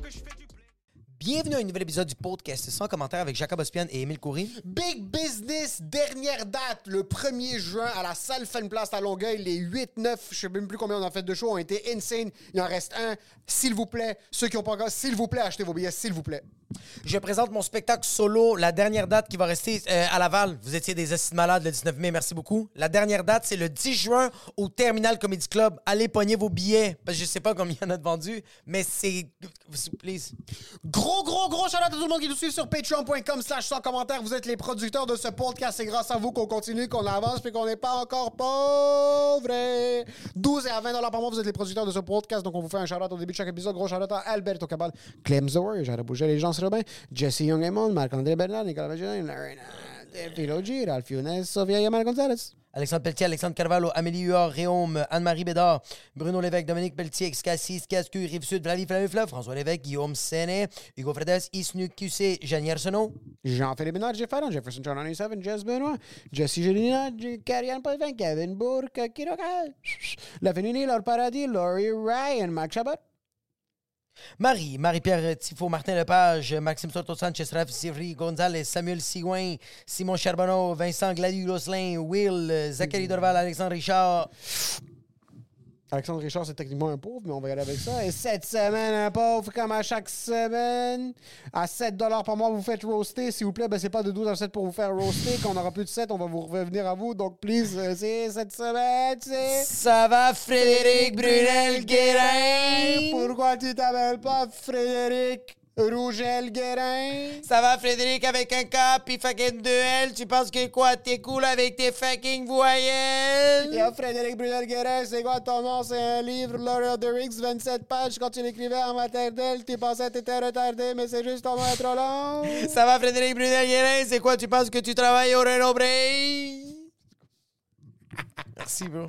que je fais du blé. Bienvenue à un nouvel épisode du podcast sans commentaire avec Jacob Ospian et Émile Coury. Big Business, dernière date, le 1er juin à la salle Funplast à Longueuil. Les 8, 9, je sais même plus combien on en fait de shows, ont été insane. Il en reste un. S'il vous plaît, ceux qui n'ont pas encore, s'il vous plaît, achetez vos billets, s'il vous plaît. Je présente mon spectacle solo, la dernière date qui va rester euh, à Laval. Vous étiez des assises malades le 19 mai, merci beaucoup. La dernière date, c'est le 10 juin au Terminal Comedy Club. Allez pogner vos billets, parce que je sais pas combien il y en a de vendus, mais c'est... Please. Gros, gros, gros shout-out à tout le monde qui nous suit sur patreon.com slash sans commentaire. Vous êtes les producteurs de ce podcast. C'est grâce à vous qu'on continue, qu'on avance, puis qu'on n'est pas encore pauvres. 12 et à 20 dollars par mois, vous êtes les producteurs de ce podcast. Donc, on vous fait un shout-out au début de chaque épisode. Gros shout-out à Alberto Cabal, Clem Zower, Jara Bouger, les gens Robin, Jesse Young Aymon, Marc-André Bernard, Nicolas Magellan, Lorena, Philo G, Ralph Younes, Sofia Yamal Gonzalez. Alexandre Pelletier, Alexandre Carvalho, Amélie Huard, Réaume, Anne-Marie Bédard, Bruno Lévesque, Dominique Pelletier, Cassis, Cascu, Rive-Sud, Flavie, Flavie, Flav, François Lévesque, Guillaume Séné, Hugo Fredes, Isnu QC, Jeanne Arsenault. Jean-Philippe Ménard, Jeff Fallon, Jefferson John 97, Jess Benoit, Jesse Gélina, Karian Potvin, Kevin Bourque, Kiroka, La Fénini, Laure Paradis, Laurie Ryan, Mac Chabot. Marie, Marie-Pierre Tifo, Martin Lepage, Maxime Soto Sanchez, Raph Sivry, Gonzalez, Samuel Sigouin, Simon Charbonneau, Vincent Gladu-Roslin, Will, euh, Zachary Dorval, Alexandre Richard. Alexandre Richard, c'est techniquement un pauvre, mais on va y aller avec ça. Et cette semaine, un pauvre, comme à chaque semaine, à 7 par mois, vous faites roaster. S'il vous plaît, ben, c'est pas de 12 à 7 pour vous faire roaster. Quand on aura plus de 7, on va vous revenir à vous. Donc, please, euh, c'est cette semaine, c'est... Ça va, Frédéric Brunel-Guérin? Pourquoi tu t'appelles pas Frédéric Rougel-Guérin? Ça va, Frédéric, avec un K, puis fucking deux L? Tu penses que quoi, t'es cool avec tes fucking voyelles? Yo, Frédéric Brunel-Guérin, c'est quoi ton nom? C'est un livre, Laura de Rix, 27 pages. Quand tu l'écrivais en maternelle, tu pensais que t'étais retardé, mais c'est juste ton nom est trop long. Ça va, Frédéric Brunel-Guérin? C'est quoi, tu penses que tu travailles au Renault Bray? Merci, bro.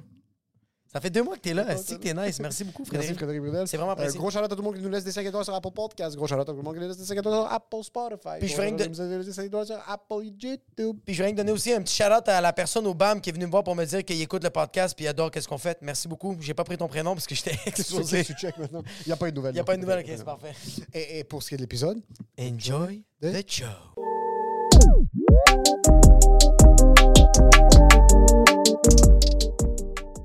Ça fait deux mois que t'es là. Est-ce que t'es nice? Merci beaucoup, Frédéric. Merci Frédéric Brunel. C'est vraiment apprécié. Un gros shout à tout le monde qui nous laisse des 5 étoiles sur Apple Podcast. Gros shout à tout le monde qui nous laisse des 5 étoiles sur Apple Spotify. Puis je Gros ferai shout-out que qui nous laisse des 5 étoiles sur Apple YouTube. Puis je viens de donner aussi un petit shout-out à la personne au BAM qui est venue me voir pour me dire qu'il écoute le podcast puis il adore qu'est-ce qu'on fait. Merci beaucoup. J'ai pas pris ton prénom parce que j'étais Tu explosé. tu check maintenant. Il n'y a pas eu de nouvelles. Il n'y a pas une nouvelle. Ok, c'est parfait. Et, et pour ce qui est de l'épisode, Enjoy the show. Tu sais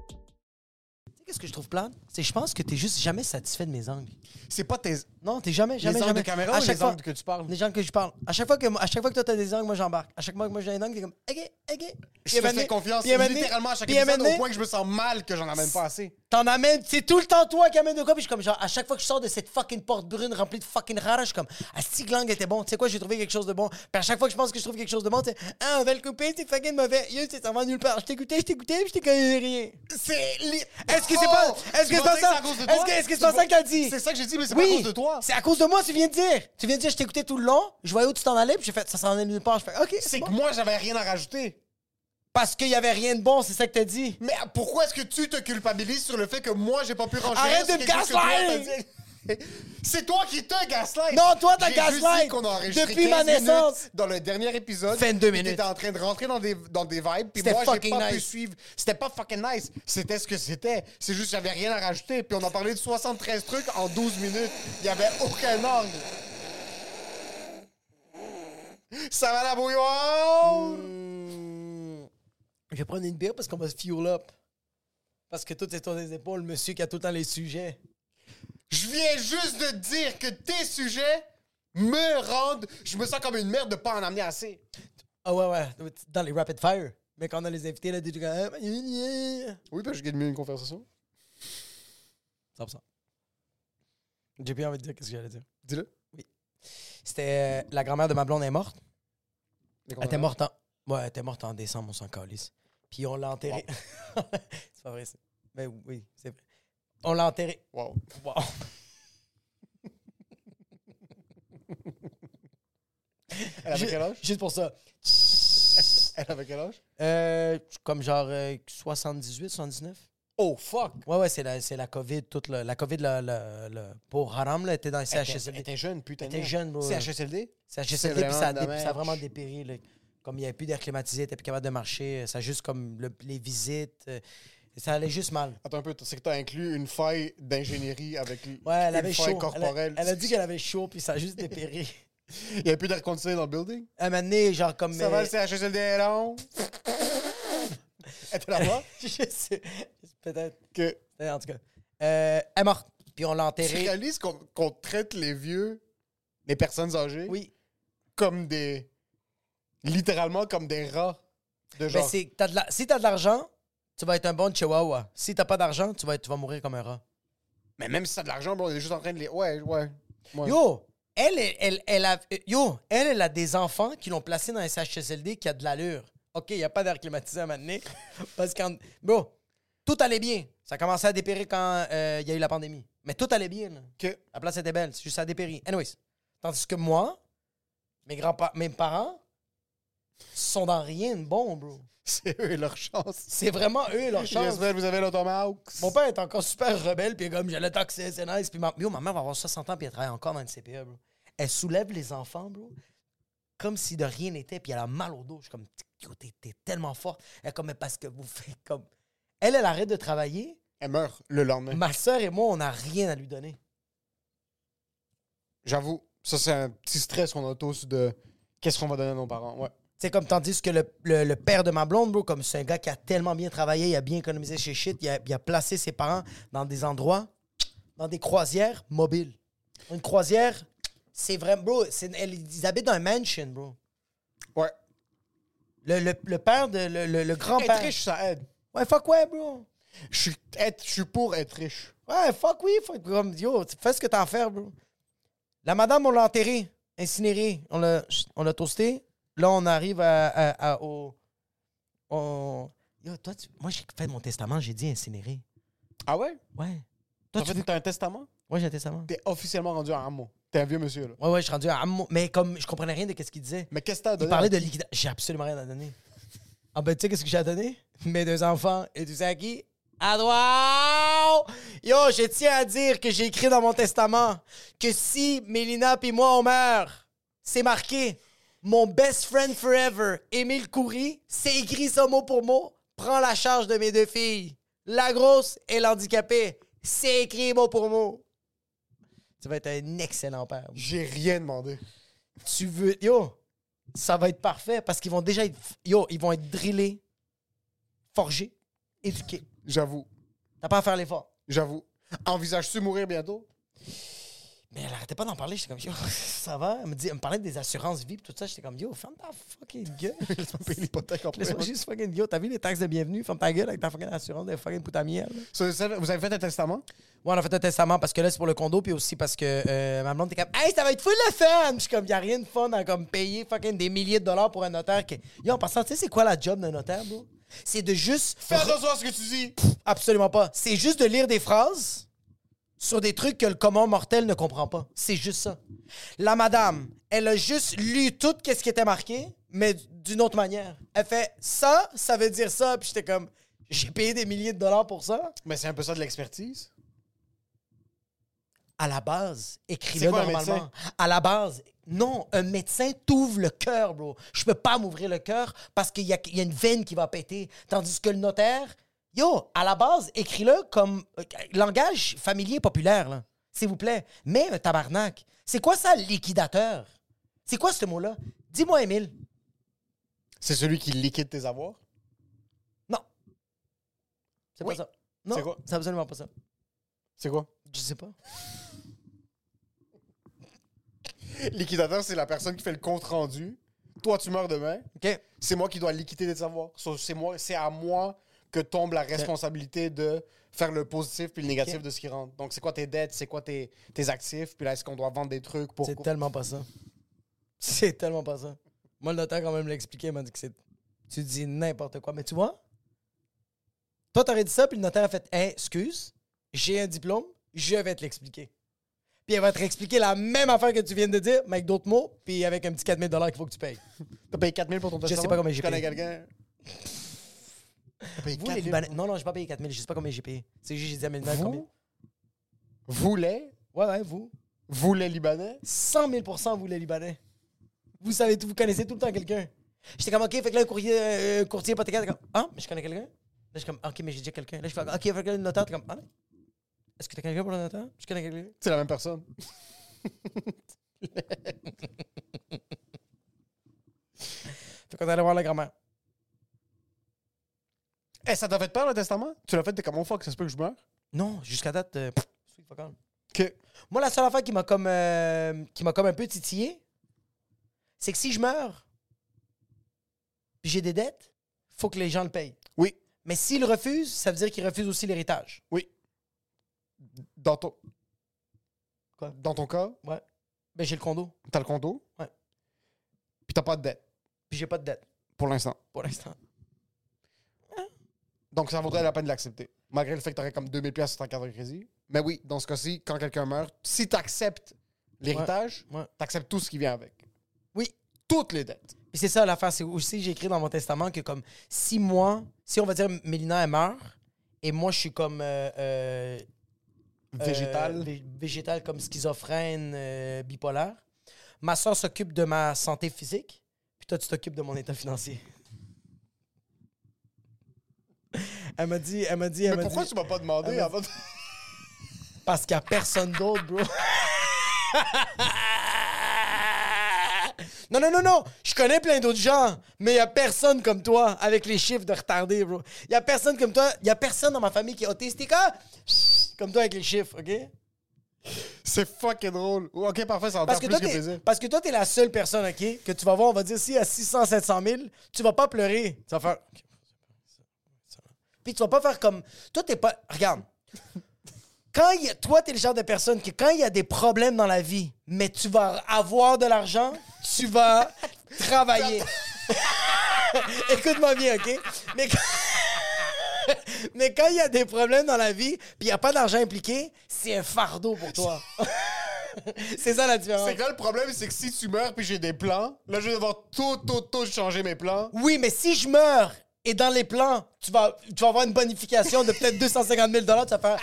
Qu'est-ce que je trouve plate? C'est que je pense que t'es juste jamais satisfait de mes angles. c'est pas tes. Non, t'es jamais, jamais, angles jamais. de caméra ou les angles que tu parles? Les angles que je parle. À chaque fois que, à chaque fois que toi t'as des angles, moi j'embarque. À chaque fois que moi j'ai un angle, t'es comme, ok, ok. Je te fais confiance littéralement à chaque épisode au point que je me sens mal que j'en amène pas assez. T'en amènes, c'est tout le temps toi qui amène de quoi. Puis je suis comme, genre, à chaque fois que je sors de cette fucking porte brune remplie de fucking rara, je suis comme, ah, Asti Glang était bon, tu sais quoi, j'ai trouvé quelque chose de bon. Puis à chaque fois que je pense que je trouve quelque chose de bon, tu sais, ah, on va le couper, c'est fucking mauvais. Yo, c'est ça va nulle part. Je t'écoutais, je t'écoutais, puis je t'ai connu rien. C'est. li- Est-ce que c'est Oh! pas. Est-ce Tu que c'est vas pas dire ça? à cause de Est-ce toi? que est-ce que c'est Tu pas vas- ça que t'as dit? C'est ça que j'ai dit, mais c'est pas à Oui, cause de toi. c'est à cause de moi, tu viens de dire. Tu viens de dire, je t'écoutais tout le long, je voyais où tu t'en allais, puis j'ai fait, ça s'en allait nulle part. Je fais, OK, c'est C'est bon. que moi, j'avais rien à rajouter. Parce qu'il y avait rien de bon, c'est ça que t'as dit. Mais pourquoi est-ce que tu te culpabilises sur le fait que moi, j'ai pas pu ranger Arrête de me gaslighter! C'est toi qui te gaslight. Non, toi, t'as J'ai juste gaslight. dit qu'on a enregistré Depuis 15 ma minutes naissance. Dans le dernier épisode. 22 puis minutes. T'étais en train de rentrer dans des, dans des vibes. Puis C'était moi, j'ai fucking pas pu nice. suivre. C'était pas fucking nice. C'était ce que c'était. C'est juste que j'avais rien à rajouter. Puis on a parlé de 73 trucs en 12 minutes. Il y avait aucun angle. Ça va la bouilloire? Je vais prendre une bière parce qu'on va se fuel up. Parce que tout est sur les épaules, monsieur qui a tout le temps les sujets. Je viens juste de dire que tes sujets me rendent. Je me sens comme une merde de pas en amener assez. Ah ouais, ouais, dans les rapid fire. Mais quand on a les invités, là, des trucs comme... Ah, Oui, parce que je gagne mieux une conversation. 100%. J'ai bien envie de dire qu'est-ce que j'allais dire. Dis-le. C'était... euh, la grand-mère de ma blonde est morte. Elle était morte. morte en... Ouais, elle était morte en décembre, on s'en calisse. Puis on l'a enterrée... c'est pas vrai, ça. Mais oui, c'est vrai. On l'a enterrée... Wow. Wow. Elle avait Ju- quel âge? Juste pour ça. Elle avait quel âge? Euh, comme genre euh, 78, 79. Oh, fuck! Ouais, ouais, c'est la, c'est la COVID, toute la, la COVID le, le, le- pour Haram, là, était dans le Elle CHSLD. était jeune, putain. Elle était jeune, bro. CHSLD? CHSLD, c'est puis ça a, dé- ça a vraiment dommage. vraiment dépéri. là. Comme il n'y avait plus d'air climatisé, il n'était plus capable de marcher. euh, Ça a juste comme le- les visites. euh, ça allait juste mal. Attends un peu, c'est que t'as inclus une faille d'ingénierie avec l- Ouais, elle une avait chaud. faille Elle a- corporelle. Elle a, dit qu'elle avait chaud, puis ça a juste dépéri. Il n'y avait plus d'air conditionné dans le building. À un moment donné, genre comme. Ça va, euh, le CHSLD est long? Elle était là-bas? euh, je sais. Peut-être. que Euh, En tout cas. Euh, elle est morte. Puis on l'a tu enterrée. réalises qu'on qu'on traite les vieux, les personnes âgées, Oui. comme des... littéralement comme des rats. De Mais genre, c'est, t'as de la- si t'as de l'argent, tu vas être un bon chihuahua. Si t'as pas d'argent, tu vas, être- tu vas mourir comme un rat. mais même si t'as de l'argent, bro, on est juste en train de les... Ouais, ouais. ouais. Yo, elle, elle, elle, elle a, euh, yo, elle, elle a des enfants qui l'ont placée dans un CHSLD qui a de l'allure. OK, il n'y a pas d'air climatisé à maintenant. parce qu'en... Bro, tout allait bien. Ça a commencé à dépérir quand euh, il y a eu la pandémie. Mais tout allait bien. là. Que... La place était belle. C'est juste ça a dépéri. Anyways. Tandis que moi, mes, grands mes parents sont dans rien de bon, bro. C'est eux et leur chance. C'est vraiment eux, leur chance. J'espère que vous avez l'automax. Mon père est encore super rebelle, puis comme j'allais taxer, c'est nice. Puis ma... Yo, ma mère va avoir 60 ans, puis elle travaille encore dans le CPE, bro. Elle soulève les enfants, bro, comme si de rien n'était, puis elle a mal au dos. Je suis comme, yo, t'es t'es tellement fort. Elle est comme, mais parce que vous faites comme. Elle, elle arrête de travailler. Elle meurt le lendemain. Ma soeur et moi, on n'a rien à lui donner. J'avoue, ça c'est un petit stress qu'on a tous de qu'est-ce qu'on va donner à nos parents. Ouais. C'est comme tandis que le, le- le père de ma blonde, bro, comme c'est un gars qui a tellement bien travaillé, il a bien économisé chez shit, il a, il a placé ses parents dans des endroits, dans des croisières mobiles. Une croisière, c'est vraiment, bro, c'est- elle- ils habitent dans un mansion, bro. Ouais. Le, le- le père de, le, le- le Être grand-père. riche, ça aide. Ouais, fuck ouais, bro. Je suis, être- je suis pour être riche. Ouais, fuck oui, fuck, comme, yo, tu- fais ce que t'as à faire, bro. La madame, on l'a enterrée, incinérée, on l'a, on l'a toastée. Là, on arrive à, à- à- au... on- Yo, toi, tu- moi, j'ai fait mon testament, j'ai dit incinéré. Ah ouais? Ouais. Toi, T'as tu... fait t'as un testament? Ouais, j'ai un testament. T'es officiellement rendu à Amo. T'es un vieux monsieur, là. Ouais, ouais, je suis rendu à Ammo- Mais comme je comprenais rien de ce qu'il disait. Mais qu'est-ce que t'as Il donné? parlait de liquidation. J'ai absolument rien à donner. Ah ben, tu sais qu'est-ce que j'ai à donner? Mes deux enfants. Et tu sais à qui? À toi! Yo, je tiens à dire que j'ai écrit dans mon testament que si Mélina et moi on meurt, c'est marqué mon best friend forever, Émile Coury, c'est écrit ça mot pour mot, prend la charge de mes deux filles, la grosse et l'handicapée. C'est écrit mot pour mot. Tu vas être un excellent père J'ai rien demandé. tu veux. Yo, ça va être parfait parce qu'ils vont déjà être. Yo, ils vont être drillés, forgés, éduqués. J'avoue. T'as pas à faire l'effort. J'avoue. Envisages-tu mourir bientôt? Mais elle arrêtait pas d'en parler. J'étais comme, yo, ça va. Elle me, dit, elle me parlait des assurances vie pis tout ça. J'étais comme, yo, ferme ta fucking gueule. Laisse-moi payer l'hypothèque en Laisse-moi premier. juste fucking, yo, t'as vu les taxes de bienvenue? Ferme ta gueule avec ta fucking assurance de fucking putain miel. Ça, ça, Vous avez fait un testament? Ouais, on a fait un testament parce que là, c'est pour le condo, puis aussi parce que euh, ma blonde était comme, hey, ça va être full le fun! Puis Je suis comme, y a rien de fun à comme payer fucking des milliers de dollars pour un notaire. Qui... Yo, en passant, tu sais, c'est quoi la job d'un notaire, bro? C'est de juste. Fais attention à ce que tu dis! Absolument pas. C'est juste de lire des phrases sur des trucs que le commun mortel ne comprend pas. C'est juste ça. La madame, elle a juste lu tout ce qui était marqué, mais d'une autre manière. Elle fait ça, ça veut dire ça, puis j'étais comme j'ai payé des milliers de dollars pour ça. Mais c'est un peu ça de l'expertise. à la base, écris-le C'est quoi, un normalement. médecin? À la base, non, un médecin t'ouvre le cœur, bro. Je peux pas m'ouvrir le cœur parce qu'il y a, il y a une veine qui va péter. Tandis que le notaire, yo, à la base, écris-le comme euh, langage familier populaire, là. S'il vous plaît. Mais un tabarnak. C'est quoi ça, liquidateur? C'est quoi ce mot-là? Dis-moi, Émile. C'est celui qui liquide tes avoirs? Non. C'est Oui. pas ça. Non, C'est quoi? c'est absolument pas ça. C'est quoi? Je sais pas. Liquidateur, c'est la personne qui fait le compte rendu. Toi, tu meurs demain. OK. C'est moi qui dois liquider tes avoirs. So, c'est moi, c'est à moi que tombe la responsabilité de faire le positif puis le négatif Ok. de ce qui rentre. Donc, c'est quoi tes dettes, c'est quoi tes, tes actifs, puis là, est-ce qu'on doit vendre des trucs pour. C'est tellement pas ça. C'est tellement pas ça. Moi, le notaire, quand même, l'expliquait, il m'a dit que c'est. Tu dis n'importe quoi. Mais tu vois, toi, t'aurais dit ça, puis le notaire a fait Hey, excuse, j'ai un diplôme, je vais te l'expliquer. Puis elle va te réexpliquer la même affaire que tu viens de dire, mais avec d'autres mots, puis avec un petit 4000 qu'il faut que tu payes. T'as payé 4000 pour ton sais testament? pas combien j'ai Je connais payé. quelqu'un. T'as payé Vous, les 4000 Libanais. Non, non, j'ai pas payé 4000, je sais pas combien j'ai payé. C'est juste, j'ai dit à mes pour- notaires combien. Vous? Vous les? Ouais, ouais, vous. Vous les Libanais? 100 000 vous, les Libanais. Vous savez tout, vous connaissez tout le temps quelqu'un. J'étais comme, OK, fait que là, un courrier, euh, courtier hypothécaire, t'es comme, ah, mais je connais quelqu'un. Là, je suis comme, OK, mais j'ai déjà quelqu'un. Là, je fais, OK, fait que là, le notaire, t'es comme, ah, est-ce que t'as quelqu'un pour le notaire? Je connais quelqu'un. C'est la même personne. Fait qu'on est allé voir la grand-mère. Eh, ça t'a fait peur le testament? Tu l'as fait, t'es comme on fuck, ça se peut que je meure? Non, jusqu'à date, euh, pff, sweet fuck all. Que. Moi, la seule affaire qui m'a comme, euh, qui m'a comme un peu titillé, c'est que si je meurs, puis j'ai des dettes, faut que les gens le payent. Oui, Mais s'ils refusent, ça veut dire qu'ils refusent aussi l'héritage. oui. Dans ton. Quoi? Dans ton cas, Ouais. Ben, j'ai le condo, t'as le condo. Ouais. Puis t'as pas de dette, puis j'ai pas de dette, pour l'instant. pour l'instant. Donc, ça vaudrait la peine de l'accepter. Malgré le fait que t'aurais comme 2000 pièces sur ta carte de crédit. Mais oui, dans ce cas-ci, quand quelqu'un meurt, si t'acceptes l'héritage, Ouais. t'acceptes tout ce qui vient avec. Oui. Toutes les dettes. Puis c'est ça l'affaire, c'est aussi j'ai écrit dans mon testament que comme si moi, si on va dire Mélina elle meurt et moi je suis comme euh, euh, euh, vé- végétal comme schizophrène euh, bipolaire, ma soeur s'occupe de ma santé physique, puis toi tu t'occupes de mon état financier. Elle m'a dit, elle m'a dit, elle Mais m'a pourquoi dit, Ah, tu m'as pas demandé avant de- parce qu'il n'y a personne d'autre, bro. Non, non, non, non. Je connais plein d'autres gens, mais il n'y a personne comme toi avec les chiffres de retardé, bro. Il n'y a personne comme toi. Il n'y a personne dans ma famille qui est autistique. hein? Comme toi avec les chiffres, OK? C'est fucking drôle. Ouais, Ok, parfait, ça en Parce fait que, plus toi, que t'es- plaisir. parce que toi, t'es la seule personne, OK, que tu vas voir, on va dire, si à 600, 700 000, tu vas pas pleurer. Tu vas faire... OK, ça va. Puis tu vas pas faire comme... Toi, t'es pas... Regarde. Quand il y a... Toi, t'es le genre de personne que quand il y a des problèmes dans la vie, mais tu vas avoir de l'argent, tu vas travailler. Écoute-moi bien, OK? Mais quand... Mais quand il y a des problèmes dans la vie, puis il n'y a pas d'argent impliqué, c'est un fardeau pour toi. c'est ça la différence. C'est que là, le problème, c'est que si tu meurs puis j'ai des plans, là, je vais devoir tout, tout, tout changer mes plans. Oui, mais si je meurs et dans les plans, tu vas, tu vas avoir une bonification de peut-être 250 000 tu vas faire.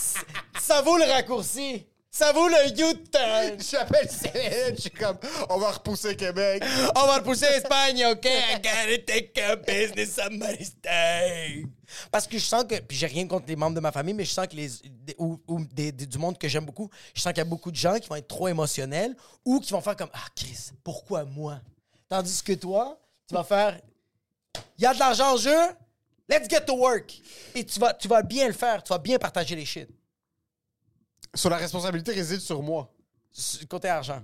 Ça- Ça vaut le raccourci. Ça vaut le U-turn. J'appelle CNN, je suis comme, on va repousser Québec. On va repousser l'Espagne, OK? I gotta take care of business, somebody's day. Parce que je sens que, puis j'ai rien contre les membres de ma famille, mais je sens que les, des- ou, ou des- des- du monde que j'aime beaucoup, je sens qu'il y a beaucoup de gens qui vont être trop émotionnels ou qui vont faire comme, ah, Chris, pourquoi moi? Tandis que toi, tu vas faire, il y a de l'argent en jeu, let's get to work. Et tu vas, tu vas bien le faire, tu vas bien partager les shit. Sur la responsabilité réside sur moi. S- côté argent.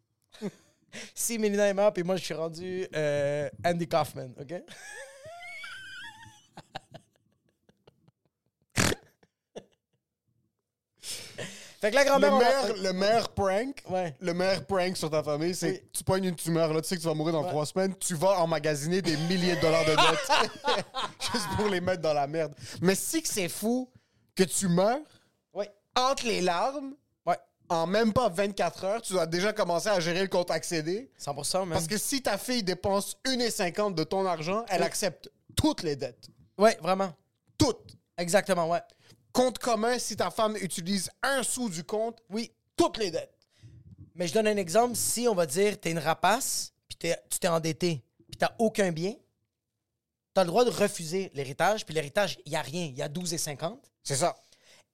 si Mélina est morte, et moi je suis rendu euh, Andy Kaufman, OK? fait que la Le grand-mère. on va- meilleur, le meilleur prank, Ouais. le meilleur prank sur ta famille, c'est Oui. que tu pognes une tumeur, là, tu sais que tu vas mourir dans trois semaines, tu vas emmagasiner des milliers de dollars de dettes juste pour les mettre dans la merde. Mais si que c'est fou que tu meurs Ouais. entre les larmes, Ouais. en même pas 24 heures, tu dois déjà commencer à gérer le compte accédé. 100%, man. Parce que si ta fille dépense 1,50 de ton argent, elle accepte toutes les dettes. Ouais, vraiment. Toutes. Exactement, ouais. compte commun si ta femme utilise un sou du compte. Oui, toutes les dettes. Mais je donne un exemple. Si on va dire, t'es une rapace, puis t'es- tu t'es endetté, puis t'as aucun bien, t'as le droit de refuser l'héritage, puis l'héritage, il n'y a rien, il y a 12 et 50. C'est ça.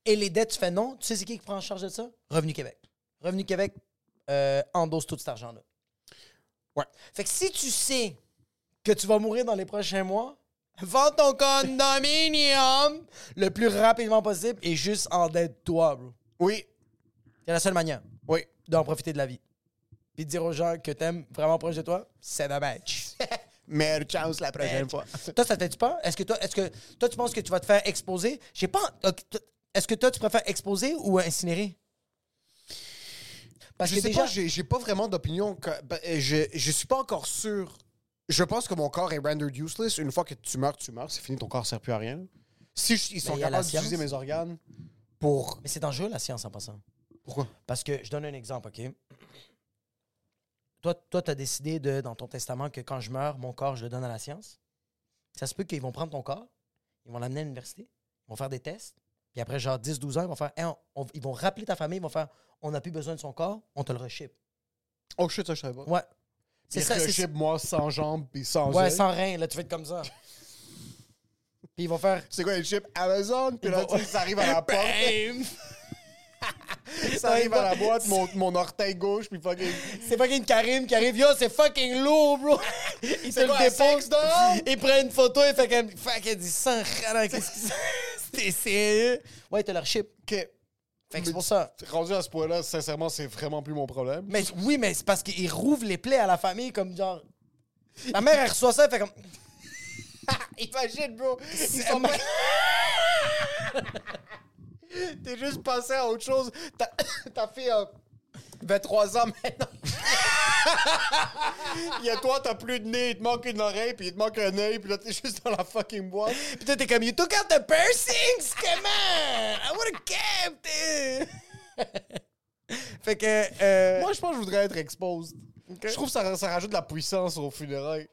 Et les dettes, tu fais non. Tu sais c'est qui qui prend en charge de ça? Revenu Québec. Revenu Québec euh, endosse tout cet argent-là. Ouais. Fait que si tu sais que tu vas mourir dans les prochains mois, vends ton condominium le plus rapidement possible et juste endette-toi, bro. Oui. C'est la seule manière Oui. d'en profiter de la vie. Puis de dire aux gens que t'aimes vraiment proche de toi, c'est dommage. Meilleure chance la prochaine fois. toi, ça te fait-tu peur? Est-ce que toi, est-ce que toi, tu penses que tu vas te faire exposer? J'ai pas. ok, t- Est-ce que toi, tu préfères exposer ou euh, incinérer? Parce Je que sais déjà, pas, j'ai j'ai pas vraiment d'opinion. que- ben, euh, Je, je suis pas encore sûr. Je pense que mon corps est rendered useless. Une fois que tu meurs, tu meurs. C'est fini, ton corps sert plus à rien. Si je- ils sont Ben, il y a la capables d'utiliser science. mes organes pour. mais c'est dangereux la science en passant. Pourquoi? Parce que je donne un exemple, ok. Toi, toi, t'as décidé de dans ton testament que quand je meurs, mon corps, je le donne à la science. Ça se peut qu'ils vont prendre ton corps, ils vont l'amener à l'université, ils vont faire des tests, puis après genre 10-12 ans, ils vont faire, Hey, on- on- ils vont rappeler ta famille, ils vont faire, on n'a plus besoin de son corps, on te le rechip. Oh shit, ça je savais pas. Ouais. C'est Ils ça. c'est- rechipent, moi sans jambes puis sans. Ouais, œil. sans rien, là, tu fais comme ça. Puis ils vont faire. C'est quoi les chips Amazon? Puis là, vont- tu sais, ça arrive à la porte. ça arrive à la boîte, mon, mon orteil gauche, puis fucking. C'est fucking Karim qui arrive, yo, c'est fucking lourd, bro! Il te quoi, le un dépose, sexe dehors? il prend une photo, il fait comme. Fuck, il dit sans rien, qu'est-ce que c'est? C'était sérieux? Ouais, t'as leur chip. Ok. Fait que c'est pour ça. Rendu à ce point-là, sincèrement, c'est vraiment plus mon problème. Mais oui, mais c'est parce qu'ils rouvrent les plaies à la famille, comme genre. La mère, elle reçoit ça, elle fait comme. Imagine, bro. Ils sont pas- T'es juste passé à autre chose. Ta, ta fille a 23 ans maintenant. Il y a toi, t'as plus de nez, il te manque une oreille, puis il te manque un œil, puis là, t'es juste dans la fucking boîte. Puis toi, t'es comme, you took out the piercings? Comment? I would have kept it! fait que. euh, Moi, je pense que je voudrais être exposed. Je trouve que ça, ça rajoute de la puissance aux funérailles.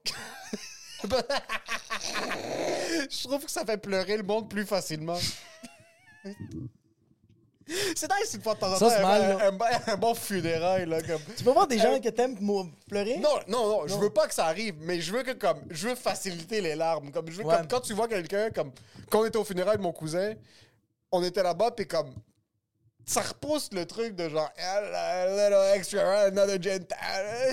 je trouve que ça fait pleurer le monde plus facilement. C'est nice une fois de temps en Ça, temps c'est un, mal, là. un- un- un bon funérail. Là, comme... Tu peux voir des gens que t'aimes mou- pleurer? Non, non, non, je veux pas que ça arrive, mais je veux que comme je veux faciliter les larmes. Comme je veux Ouais. comme quand tu vois quelqu'un comme quand on était au funérail de mon cousin, on était là-bas puis comme ça repousse le truc de genre Ah, a little extra, another gentile.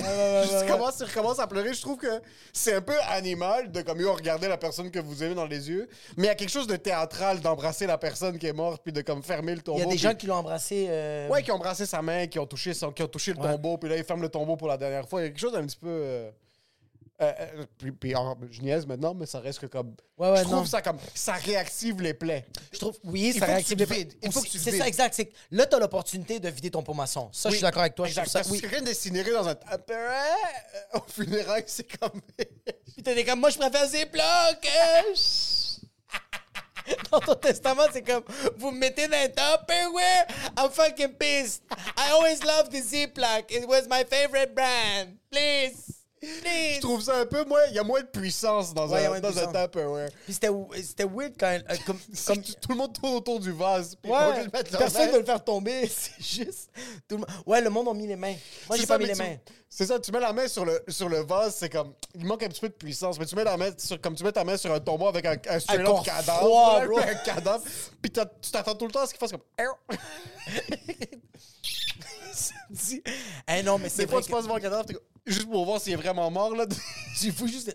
ouais, Tu commences- tu recommences à pleurer. Je trouve que c'est un peu animal de comme yo regarder la personne que vous aimez dans les yeux, mais il y a quelque chose de théâtral d'embrasser la personne qui est morte puis de comme fermer le tombeau. Il y a des puis- gens qui l'ont embrassé. euh, Ouais, qui ont brassé sa main, qui ont touché, son, qui ont touché le Ouais. tombeau, puis là, ils ferment le tombeau pour la dernière fois. Il y a quelque chose d'un petit peu. euh, euh, euh, puis, puis, en- je niaise maintenant, mais ça reste que comme. Ouais, ouais, je trouve non. ça comme. Ça réactive les plaies. Je trouve, oui, Il ça faut que réactive tu les le vides. Il faut que tu le C'est vides. ça, exact. C'est que là, t'as l'opportunité de vider ton pot maçon. Ça, je suis d'accord avec toi. Exact. Je trouve Parce ça, que oui. quelqu'un d'incinéré dans un. appareil, euh, Au funérail, c'est comme. Puis t'es comme, moi, je préfère ces plats que... Dans ton testament, c'est comme, vous me mettez dans un Tupperware, I'm fucking pissed. I always loved the Ziploc. It was my favorite brand. Please, please. je trouve ça un peu moins. Il y a moins de puissance dans Ouais, il y a moins un, de dans un puissance. Tupperware. Puis c'était c'était weird quand... euh, comme, Comme comme, tu- tout le monde tourne autour du vase. Puis ils vont Ouais, juste mettre leur personne ne main. veut le faire tomber. C'est juste. Tout le monde... Ouais, le monde a mis les mains. Moi, C'est j'ai ça, pas mis mais les tu- mains. C'est ça, tu mets la main sur le, sur le vase, c'est comme. Il manque un petit peu de puissance, mais tu mets la main sur, comme tu mets ta main sur un tombeau avec un, un straight corps up cadavre. froid, ouais, bro. Un cadavre. Puis t'as- tu t'attends tout le temps à ce qu'il fasse comme. Dis- Eh non, mais c'est Des fois, vrai. tu que- passes devant le cadavre, t'es comme, juste pour voir s'il est vraiment mort, là. Tu fous juste.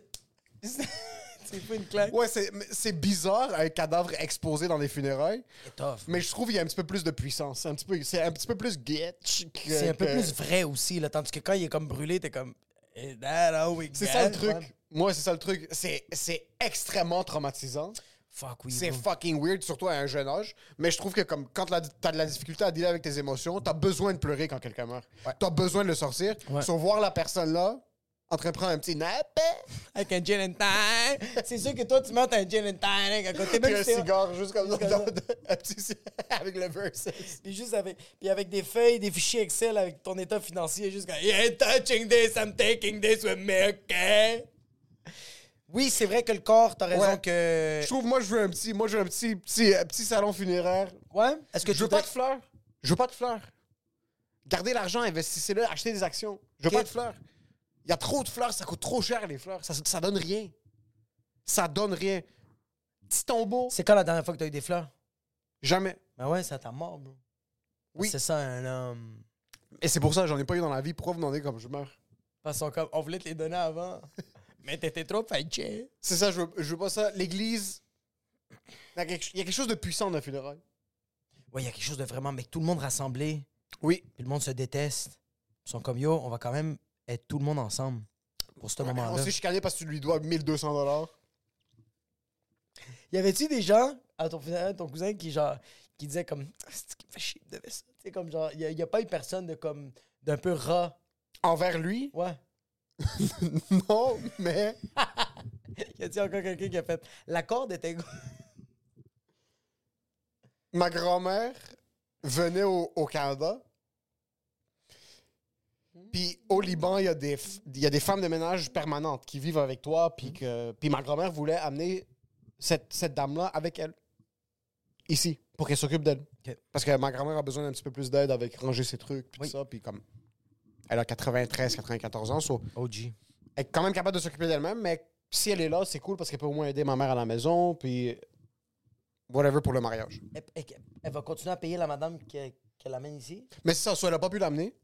tu fous une claque. ouais, c'est mais c'est bizarre, un cadavre exposé dans les funérailles, C'est tough. mais je trouve qu'il y a un petit peu plus de puissance. C'est un petit peu, c'est un petit peu plus getch que. C'est un peu que- plus vrai aussi, là. Tandis que quand il est comme brûlé, t'es comme. eh, that how we C'est get, ça le truc. man. Moi, c'est ça le truc. C'est c'est extrêmement traumatisant. Fuck, oui. C'est bro. fucking weird, surtout à un jeune âge. Mais je trouve que comme quand la- t'as de la difficulté à dealer avec tes émotions, t'as besoin de pleurer quand quelqu'un meurt. T'as besoin de le sortir. Ouais. Sauf voir la personne là en train de prendre un petit nap hein, Avec un gin and tonic. C'est sûr que toi, tu montes un gin and tonic à côté. puis Même un si c'est- cigare juste comme ça, Juste comme un petit ci- avec le versus. Puis juste avec, puis avec des feuilles, des fichiers Excel avec ton état hein? financier, juste comme « Yeah, touching this, I'm taking this with me, okay? » Oui, c'est vrai que le corps, t'as raison Ouais. que. Je trouve, moi, je veux un petit, moi, je veux un petit, petit, euh, petit salon funéraire. Ouais? Est-ce que je tu veux voudrais- pas de fleurs. Je veux pas de fleurs. Gardez l'argent, investissez-le, achetez des actions. Je veux Ok. pas de fleurs. Il y a trop de fleurs, ça coûte trop cher, les fleurs. Ça, ça donne rien. Ça donne rien. Petit tombeau, C'est quand la dernière fois que t'as eu des fleurs? jamais. Ben ouais, c'est à ta mort, bro. Oui. C'est ça, un um, homme. Et c'est pour ça, j'en ai pas eu dans la vie. Pourquoi vous m'en donnez comme je meurs? Parce qu'on comme, on voulait te les donner avant. Mais t'étais trop fâché. C'est ça, je veux, je veux pas ça. L'église, il y a quelque- il y a quelque chose de puissant dans la funéraille. Ouais, il y a quelque chose de vraiment, mais que tout le monde rassemblé, Oui. puis le monde se déteste. Ils sont comme yo, on va quand même être tout le monde ensemble pour ce On moment-là. s'est chicané parce que tu lui dois 1200 dollars. Y avait-tu des gens à ton funérail, ton cousin, qui genre, qui disait comme, Ah, c'est qui me fait chier de ça. Tu sais, comme genre, y a, y a pas eu personne de comme, d'un peu rat. Envers lui? Ouais. non, mais... Y a-t-il encore quelqu'un qui a fait, la corde était gros. ma grand-mère venait au, au Canada. Puis au Liban, il y, a des f- il y a des femmes de ménage permanentes qui vivent avec toi. Mhm. Puis que- puis ma grand-mère voulait amener cette, cette dame-là avec elle, ici, pour qu'elle s'occupe d'elle. Ok. Parce que ma grand-mère a besoin d'un petit peu plus d'aide avec ranger ses trucs, puis Oui. tout ça. Puis comme elle a 93, 94 ans, so OG. elle est quand même capable de s'occuper d'elle-même, mais si elle est là, c'est cool parce qu'elle peut au moins aider ma mère à la maison, puis whatever pour le mariage. Elle, elle- elle va continuer à payer la madame qu'elle qu'elle amène ici? Mais c'est ça, soit elle n'a pas pu l'amener.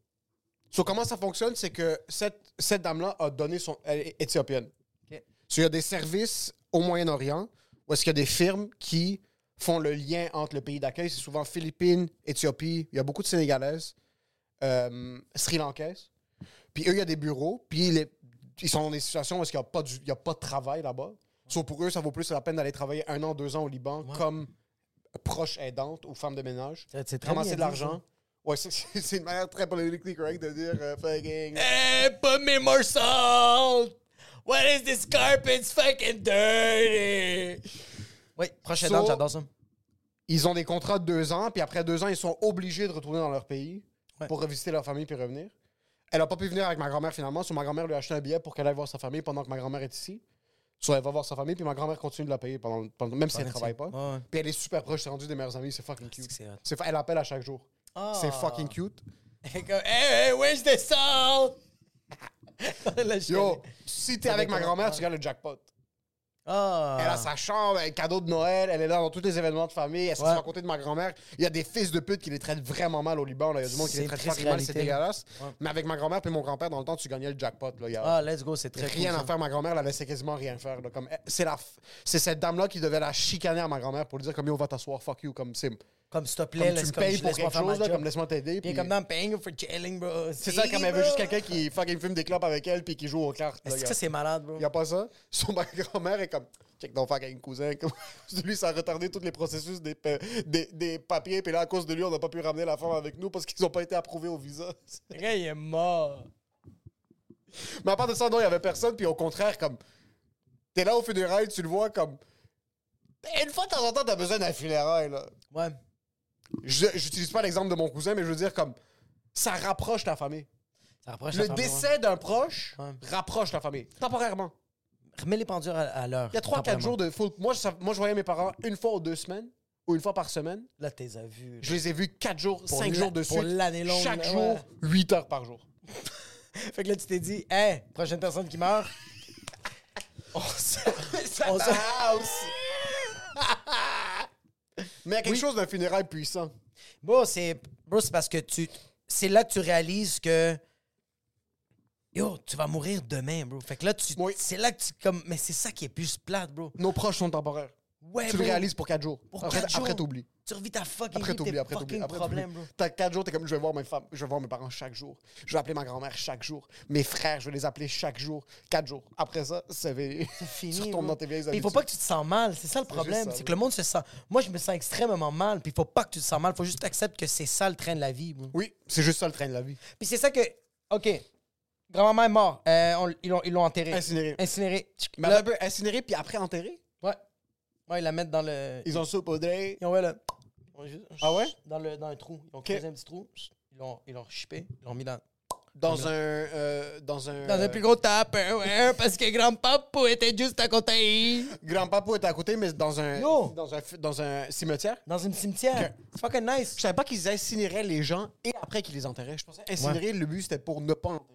Soit comment ça fonctionne, c'est que cette, cette dame-là a donné son. Elle est éthiopienne. Ok. Soit il y a des services au Moyen-Orient où est-ce qu'il y a des firmes qui font le lien entre le pays d'accueil. C'est souvent Philippines, Éthiopie. Il y a beaucoup de Sénégalaises, euh, Sri Lankaises. Puis eux, il y a des bureaux. Puis les- ils sont dans des situations où est-ce qu'il n'y a, pas du- il y a pas de travail là-bas. Soit pour eux, ça vaut plus la peine d'aller travailler un an, deux ans au Liban Ouais. comme proche aidante ou femme de ménage C'est c'est très ramasser bien de dit, l'argent. Ouais, c'est- c'est c'est une manière très politiquement correcte de dire euh, fucking. ça. Hey, put me more salt! What is this carpet's fucking dirty? Oui, prochaine So- date, j'adore ça. Ils ont des contrats de deux ans, puis après deux ans, ils sont obligés de retourner dans leur pays Ouais. pour revisiter leur famille puis revenir. Elle n'a pas pu venir avec ma grand-mère finalement, so ma grand-mère lui a acheté un billet pour qu'elle aille voir sa famille pendant que ma grand-mère est ici. Soit elle va voir sa famille, puis ma grand-mère continue de la payer pendant, pendant- même si elle ne travaille pas. Ouais, ouais. Puis elle est super proche, c'est rendu des meilleurs amis, c'est fucking c'est que cute. c'est hot. C'est fa- elle appelle à chaque jour. C'est Ah. fucking cute. Comme, hey, hey, where's the salt? Là, je Yo, connais. si t'es avec ma grand-mère, tu gagnes le jackpot. Ah. Elle a sa chambre, elle a cadeau de Noël, elle est là dans tous les événements de famille, elle se Ouais. fait côté de ma grand-mère. Il y a des fils de pute qui les traitent vraiment mal au Liban, là. il y a du monde qui C'est les une traite triste fucking mal, c'est réalité. dégueulasse. Ouais. Mais avec ma grand-mère et mon grand-père, dans le temps, tu gagnais le jackpot. Là. Il y a Ah, let's go, c'est très rien cool, à ça. faire, ma grand-mère la laissait quasiment rien faire. là. Comme, elle- C'est la f- c'est cette dame-là qui devait la chicaner à ma grand-mère pour lui dire comme, yo, va t'asseoir, fuck you, comme, c'est- Comme s'il te plaît, comme tu laisse- me comme payes je pour laisse pas quelque faire ma chose, là, job. comme laisse-moi Puis t'aider. puis- comme dans I'm paying you for chilling, bro. C'est ça, comme elle veut bro. juste quelqu'un qui fucking fume des clopes avec elle puis qui joue aux cartes. là. Est-ce Il y que a- ça, c'est malade, bro? il n'y a pas ça. Son ma grand-mère est comme, check ton fucking cousin. Comme, lui, ça a retardé tous les processus des, pa- des, des papiers. Puis là, à cause de lui, on n'a pas pu ramener la femme avec nous parce qu'ils n'ont pas été approuvés au visa. Le gars, il est mort. Mais à part de ça, non, il n'y avait personne. Puis au contraire, comme, t'es là au funérail, tu le vois comme. Une fois de temps en temps, t'as besoin d'un funérail, là. Ouais. Je- J'utilise pas l'exemple de mon cousin, mais je veux dire, comme, ça rapproche la famille. Ça rapproche la Le femme, ouais. décès d'un proche Ouais. rapproche la famille, temporairement. Remets les pendules à, à l'heure. Il y a 3-4 jours de full. Moi, ça- moi, je voyais mes parents une fois ou deux semaines, ou une fois par semaine. Là, t'es à vu. Je les ai vus 4 jours, la- 5 jours de pour suite. l'année longue, Chaque ouais. jour, 8 heures par jour. Fait que là, tu t'es dit, hey, prochaine personne qui meurt. on se. on se- Mais il y a quelque chose d'un funérail puissant. Bro, c'est. Bro, c'est parce que tu. C'est là que tu réalises que. Yo, tu vas mourir demain, bro. Fait que là, tu. Oui. C'est là que tu. Comme... Mais c'est ça qui est plus plate, bro. Nos proches sont temporaires. Ouais, tu Eh bro. le réalises pour 4 jours. Pour après, quatre jours. après, t'oublies. Tu revis ta fucking Après, vie, t'oublies, tes après, t'oublies. fucking Après, problèmes, t'oublies. bro. T'as 4 jours, t'es comme, je vais voir mes femmes, je vais voir mes parents chaque jour. Je vais appeler ma grand-mère chaque jour. Mes frères, je vais les appeler chaque jour. 4 jours. Après ça, c'est Fini, Tu retombes bro. dans tes vieilles Mais Il faut habitudes. pas que tu te sens mal, c'est ça le problème. ça, C'est que bro. le monde se sent. Moi, je me sens extrêmement mal, puis il faut pas que tu te sens mal. faut juste accepter que c'est ça le train de la vie, bro. Oui, c'est juste ça le train de la vie. Puis c'est ça que. OK. Grand-maman est morte. Euh, on- ils l'ont- ils l'ont enterré. Incinéré. Incinéré. Mais Là- un peu incinéré puis après enterré. ouais. Ouais, ils la mettent dans le. Ils ont ça au poudré. Ils ont ouais, là. Ils ont juste- Ah ouais? Dans, le, dans un trou. Ils ont creusé un petit trou. Ils l'ont, ils l'ont chipé. Ils l'ont mis dans. dans un, euh, dans un. Dans euh, un plus gros Tupperware parce que grand-papa était juste à côté. Grand-papa est à côté, mais dans un, Yo! dans un, dans un cimetière. Dans une cimetière. C'est fucking nice. Je savais pas qu'ils incinéraient les gens et après qu'ils les enterraient. Je pensais incinérer, le but c'était pour ne pas enterrer.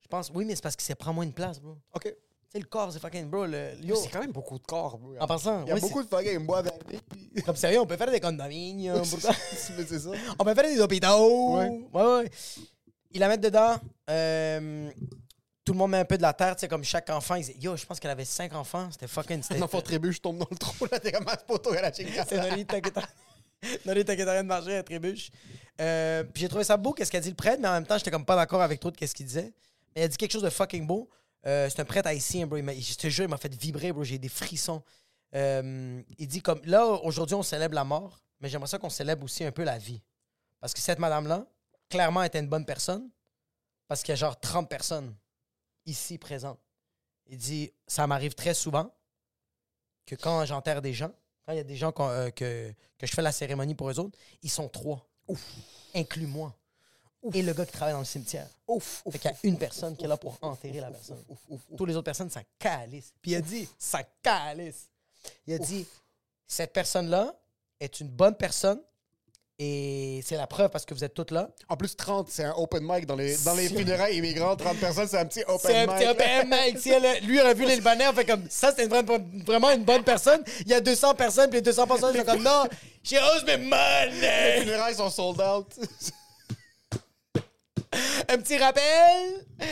Je pense, oui, mais c'est parce que ça prend moins de place, bro. Ok. Tu sais, le corps, c'est fucking, bro. Le, yo. C'est quand même beaucoup de corps. bro. En passant, il y a oui, beaucoup de fucking bois d'appel. Comme sérieux, on peut faire des condominiums. pour ça. Mais c'est ça. on peut faire des hôpitaux. Ouais. ouais, ouais. Ils la mettent dedans. euh, tout le monde met un peu de la terre, tu sais, comme chaque enfant. Ils... Yo, je pense qu'elle avait cinq enfants. C'était fucking. C'était. Un enfant tribu, je tombe dans le trou, là, t'es comme ah, un poteau à la chingada. C'est Nori Taketa- Nori Taketarian de marcher à trébuche. Euh, puis j'ai trouvé ça beau, qu'est-ce qu'a dit le prêtre, mais en même temps, j'étais comme pas d'accord avec trop de qu'est-ce qu'il disait. Mais il a dit quelque chose de fucking beau. Euh, c'est un prêtre haïtien, bro. Il m'a- je te jure, il m'a fait vibrer, bro. J'ai des frissons. Euh, il dit comme là, aujourd'hui, on célèbre la mort, mais j'aimerais ça qu'on célèbre aussi un peu la vie. Parce que cette madame-là, clairement, était une bonne personne. Parce qu'il y a genre 30 personnes ici présentes. Il dit Ça m'arrive très souvent que quand j'enterre des gens, quand il y a des gens qu'on- euh, que, que je fais la cérémonie pour eux autres, ils sont trois. Inclus moi. Et le gars qui travaille dans le cimetière. Ouf, Fait qu'il y a une personne qui est là pour enterrer la personne. Toutes les autres personnes, ça calisse. Puis il a dit, ça calisse. Il a dit, cette personne-là est une bonne personne et c'est la preuve parce que vous êtes toutes là. En plus, 30, c'est un open mic dans les, dans les funérailles immigrants. 30 personnes, c'est un petit open C'est un mic. petit OPM, mec. Si elle a- lui, il a vu les Libanais, on fait comme ça, c'est une- vraiment une bonne personne. Il y a 200 personnes, puis les 200 personnes sont comme non, j'ai hausse mes Les money. funérailles sont sold out. Un petit rappel.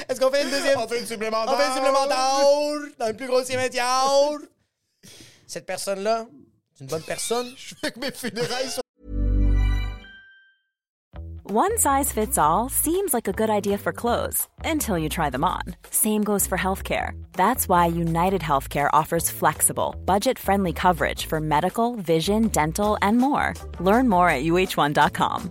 Est-ce qu'on fait une deuxième? On fait une supplémentaire. On fait une supplémentaire dans le plus gros cimetière. Cette personne-là, c'est une bonne personne. Je fais que mes funérailles sont One size fits all seems like a good idea for clothes until you try them on. Same goes for healthcare. That's why United Healthcare offers flexible, budget friendly coverage for medical, vision, dental, and more. Learn more at uh1.com.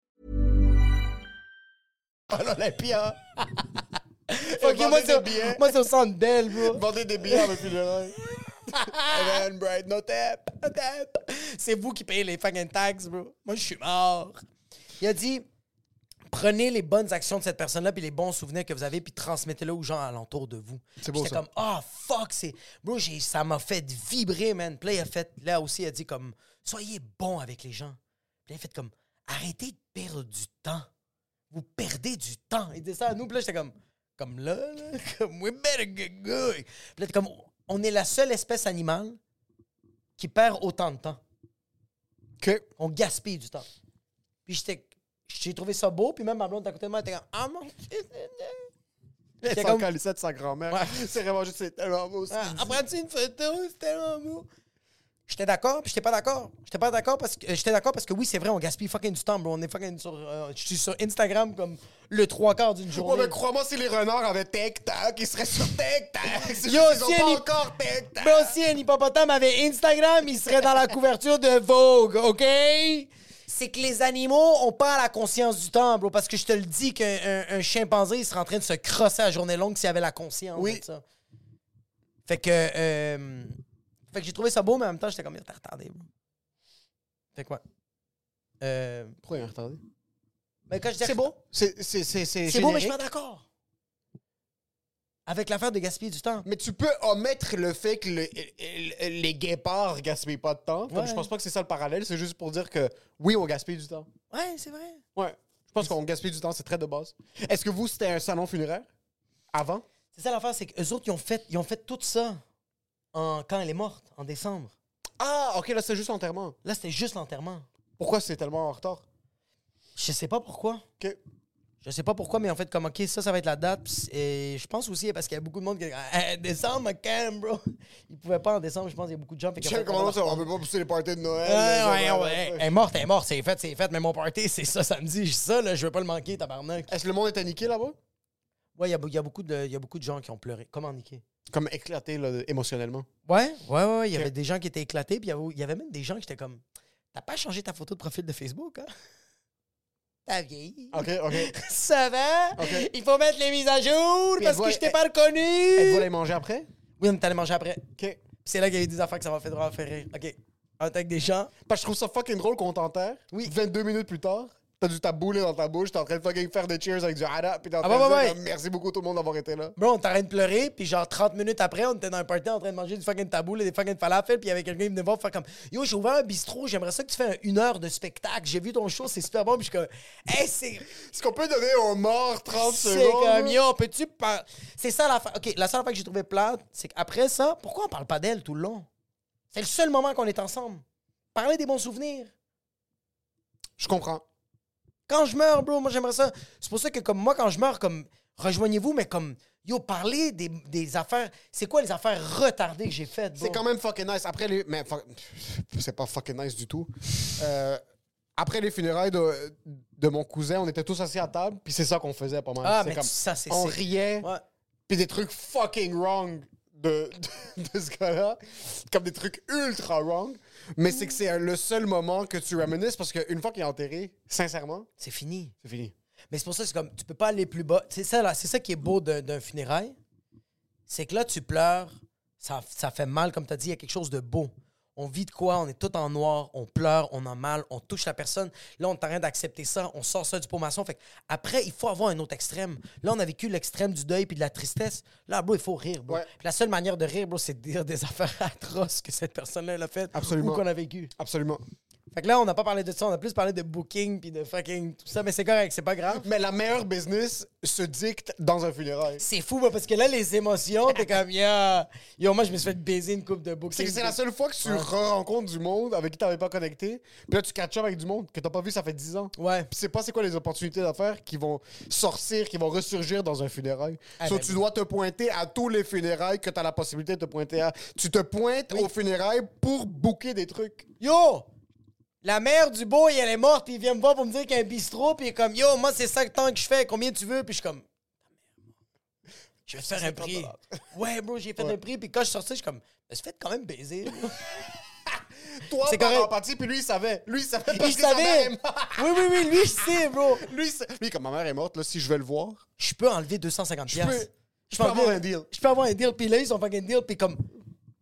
à l'Olympia. Ok, moi, ah. Vendez des billets. c'est moi, c'est au centre d'elle, bro. Vendez des billets à mes funérailles. Evan, Bright, no tap. Peut-être. C'est vous qui payez les fucking taxes, bro. Moi, je suis mort. Il a dit prenez les bonnes actions de cette personne-là, puis les bons souvenirs que vous avez, puis transmettez-le aux gens alentour de vous. C'est beau, J'étais ça. comme, ah, fuck, c'est. Bro, j'ai- ça m'a fait vibrer, man. Puis là, il a fait, là aussi, il a dit comme, soyez bon avec les gens. Puis là, il a fait comme, arrêtez de perdre du temps. Vous perdez du temps. Il disait ça à nous, puis là, j'étais comme, comme là, là, comme, we better get good. Puis là, t'es comme, on est la seule espèce animale qui perd autant de temps. OK. On gaspille du temps. Puis j'étais. J'ai trouvé ça beau, puis même ma blonde à côté de moi elle était comme Ah mon Dieu! Elle J'étais s'en comme- calissait de sa grand-mère. Ouais. C'est vraiment juste, c'est tellement beau. c'est- Ah, Prends-tu une photo? C'est tellement beau! J'étais d'accord, puis j'étais pas d'accord. J'étais pas d'accord parce que euh, j'étais d'accord parce que oui, c'est vrai, on gaspille fucking du temps, bro. On est fucking sur. euh, je suis sur Instagram comme le trois quarts d'une Ouais, journée. mais Ben, crois-moi, si les renards avaient tic-tac, ils seraient sur tic-tac. C'est Yo, juste qu'ils ont si pas elle y- encore tic-tac. Bro, si un hippopotame avait Instagram, il serait dans la couverture de Vogue, OK? C'est que les animaux ont pas la conscience du temps, bro. Parce que je te le dis qu'un un- un chimpanzé, il serait en train de se crosser à journée longue s'il avait la conscience Oui. de ça. Fait que... euh, fait que j'ai trouvé ça beau, mais en même temps, j'étais comme, Yo, t'as retardé, bro. Fait quoi? Euh, Pourquoi il est retardé? mais quand je dis C'est beau. C'est c'est- c'est- C'est beau, mais je générique. suis pas d'accord. Avec l'affaire de gaspiller du temps. Mais tu peux omettre le fait que le- le- les guépards gaspillent pas de temps. Comme Ouais. Je pense pas que c'est ça le parallèle. C'est juste pour dire que oui, on gaspille du temps. Ouais, c'est vrai. Ouais. Je pense qu'on gaspille du temps, c'est très de base. Est-ce que vous, c'était un salon funéraire avant? C'est ça l'affaire, c'est qu'eux autres, ils ont fait, ils ont fait tout ça en, quand elle est morte, en décembre. Ah, ok, là, c'est juste l'enterrement. Là, c'était juste l'enterrement. Pourquoi c'est tellement en retard? Je sais pas pourquoi. Que... Je sais pas pourquoi, mais en fait, comme, OK, ça, ça va être la date. Puis c'est- Et je pense aussi, parce qu'il y a beaucoup de monde qui. Ah, décembre, quand, bro? Ils pouvaient pas en décembre, je pense, il y a beaucoup de gens. Fait qu'en fait, Michel, comment on ça? On peut pas pousser les euh, parties de Noël. Ouais, là, ouais, genre, ouais, là, Elle est morte, elle est morte, c'est fait, c'est fait. Mais mon party, c'est ça samedi, je ça, là, je veux pas le manquer, tabarnak. Est-ce que le monde est paniqué là-bas? Ouais, il y a, il y a beaucoup de, il y a beaucoup de gens qui ont pleuré. Comment niquer? Comme éclaté là, émotionnellement. Ouais, ouais, ouais, ouais, il y avait des gens qui étaient éclatés, puis il y avait- il y avait même des gens qui étaient comme T'as pas changé ta photo de profil de Facebook, hein? T'as vieilli. OK, OK. Ça va? Ok. Il faut mettre les mises à jour Puis parce elle que je t'ai voit- pas Elle reconnu! va les manger après? Oui, on est allé manger après. OK. Puis C'est là qu'il y a eu des affaires que ça m'a fait vraiment faire rire. OK. Un tag des gens. Parce que je trouve ça fucking drôle qu'on t'enterre. Oui. 22 minutes plus tard, t'as du taboulet dans ta bouche, t'es en train de fucking faire des cheers avec du hara, puis t'es en Ah train ouais, de ouais, dire ouais. comme, merci beaucoup tout le monde d'avoir été là. Bro, on t'arrête de pleurer, puis genre 30 minutes après, on était dans un party en train de manger du fucking tabou, là, des fucking falafel, puis il y avait quelqu'un qui venait voir faire comme Yo, j'ai ouvert un bistrot, j'aimerais ça que tu fais un- une heure de spectacle, j'ai vu ton show, c'est super bon, puis je suis comme Hey, c'est. Est-ce qu'on peut donner aux morts 30 secondes? C'est comme Yo, peux-tu. par- C'est ça la fa... Ok, la seule affaire que j'ai trouvé plate, c'est qu'après ça, pourquoi on parle pas d'elle tout le long C'est le seul moment qu'on est ensemble. Parler des bons souvenirs. Je comprends. Quand je meurs, bro, moi j'aimerais ça. C'est pour ça que comme moi, quand je meurs, comme rejoignez-vous, mais comme yo, parlez des, des affaires. C'est quoi les affaires retardées que j'ai faites, bro? C'est quand même fucking nice. Après les. Mais fuck- c'est pas fucking nice du tout. Euh, après les funérailles de, de mon cousin, on était tous assis à table, puis c'est ça qu'on faisait pas mal. Ah, C'est mais comme, tu- ça, c'est- On c'est- riait, Ouais. puis des trucs fucking wrong de, de, de ce gars-là. Comme des trucs ultra wrong. Mais c'est que c'est le seul moment que tu reminisces parce qu'une fois qu'il est enterré, sincèrement, C'est fini. c'est fini. Mais c'est pour ça que c'est comme tu peux pas aller plus bas. C'est ça là, c'est ça qui est beau d'un d'un funérail. C'est que là tu pleures, ça, ça fait mal comme tu as dit, il y a quelque chose de beau. On vit de quoi, on est tout en noir, on pleure, on a mal, on touche la personne. Là, on est en train d'accepter ça, on sort ça du pot maçon. Fait que après, il faut avoir un autre extrême. Là, on a vécu l'extrême du deuil puis de la tristesse. Là, bro, il faut rire, bro. Ouais. Puis la seule manière de rire, bro, c'est de dire des affaires atroces que cette personne-là elle a faites Absolument. ou qu'on a vécu. Absolument. Fait que là, on n'a pas parlé de ça, on a plus parlé de booking puis de fucking tout ça, mais c'est correct, c'est pas grave. Mais la meilleure business se dicte dans un funérail. C'est fou, moi, parce que là, les émotions, t'es comme, yo, yo, moi, je me suis fait baiser une coupe de bouquins. C'est que c'est la seule fois que tu re-rencontres du monde avec qui t'avais pas connecté. Puis là, tu catch up avec du monde que t'as pas vu, ça fait 10 ans. Ouais. Puis c'est pas c'est quoi les opportunités d'affaires qui vont sortir, qui vont ressurgir dans un funérail. Ah, so, ben tu oui. dois te pointer à tous les funérailles que t'as la possibilité de te pointer à. Tu te pointes aux funérailles pour booker des trucs. Yo! La mère du beau, elle est morte, puis il vient me voir pour me dire qu'il y a un bistrot, puis il est comme, yo, moi, c'est ça le temps que je fais, combien tu veux? Puis je suis comme, je vais faire un prix. Ouais, bro, j'ai fait un prix, puis quand je suis sorti, je suis comme, je me suis fait quand même baiser. bro. Toi, C'est par correct. empathie, puis lui, il savait. Lui, il savait parce Puis je que sa mère savais. est morte. Oui, oui, oui, lui, je sais, bro. Lui, il sa- lui, comme ma mère est morte, là, si je vais le voir, Je peux enlever 250 peux- piastres. je peux avoir enlever- un deal. Je peux avoir un deal, puis là, ils sont fucking deal, puis comme,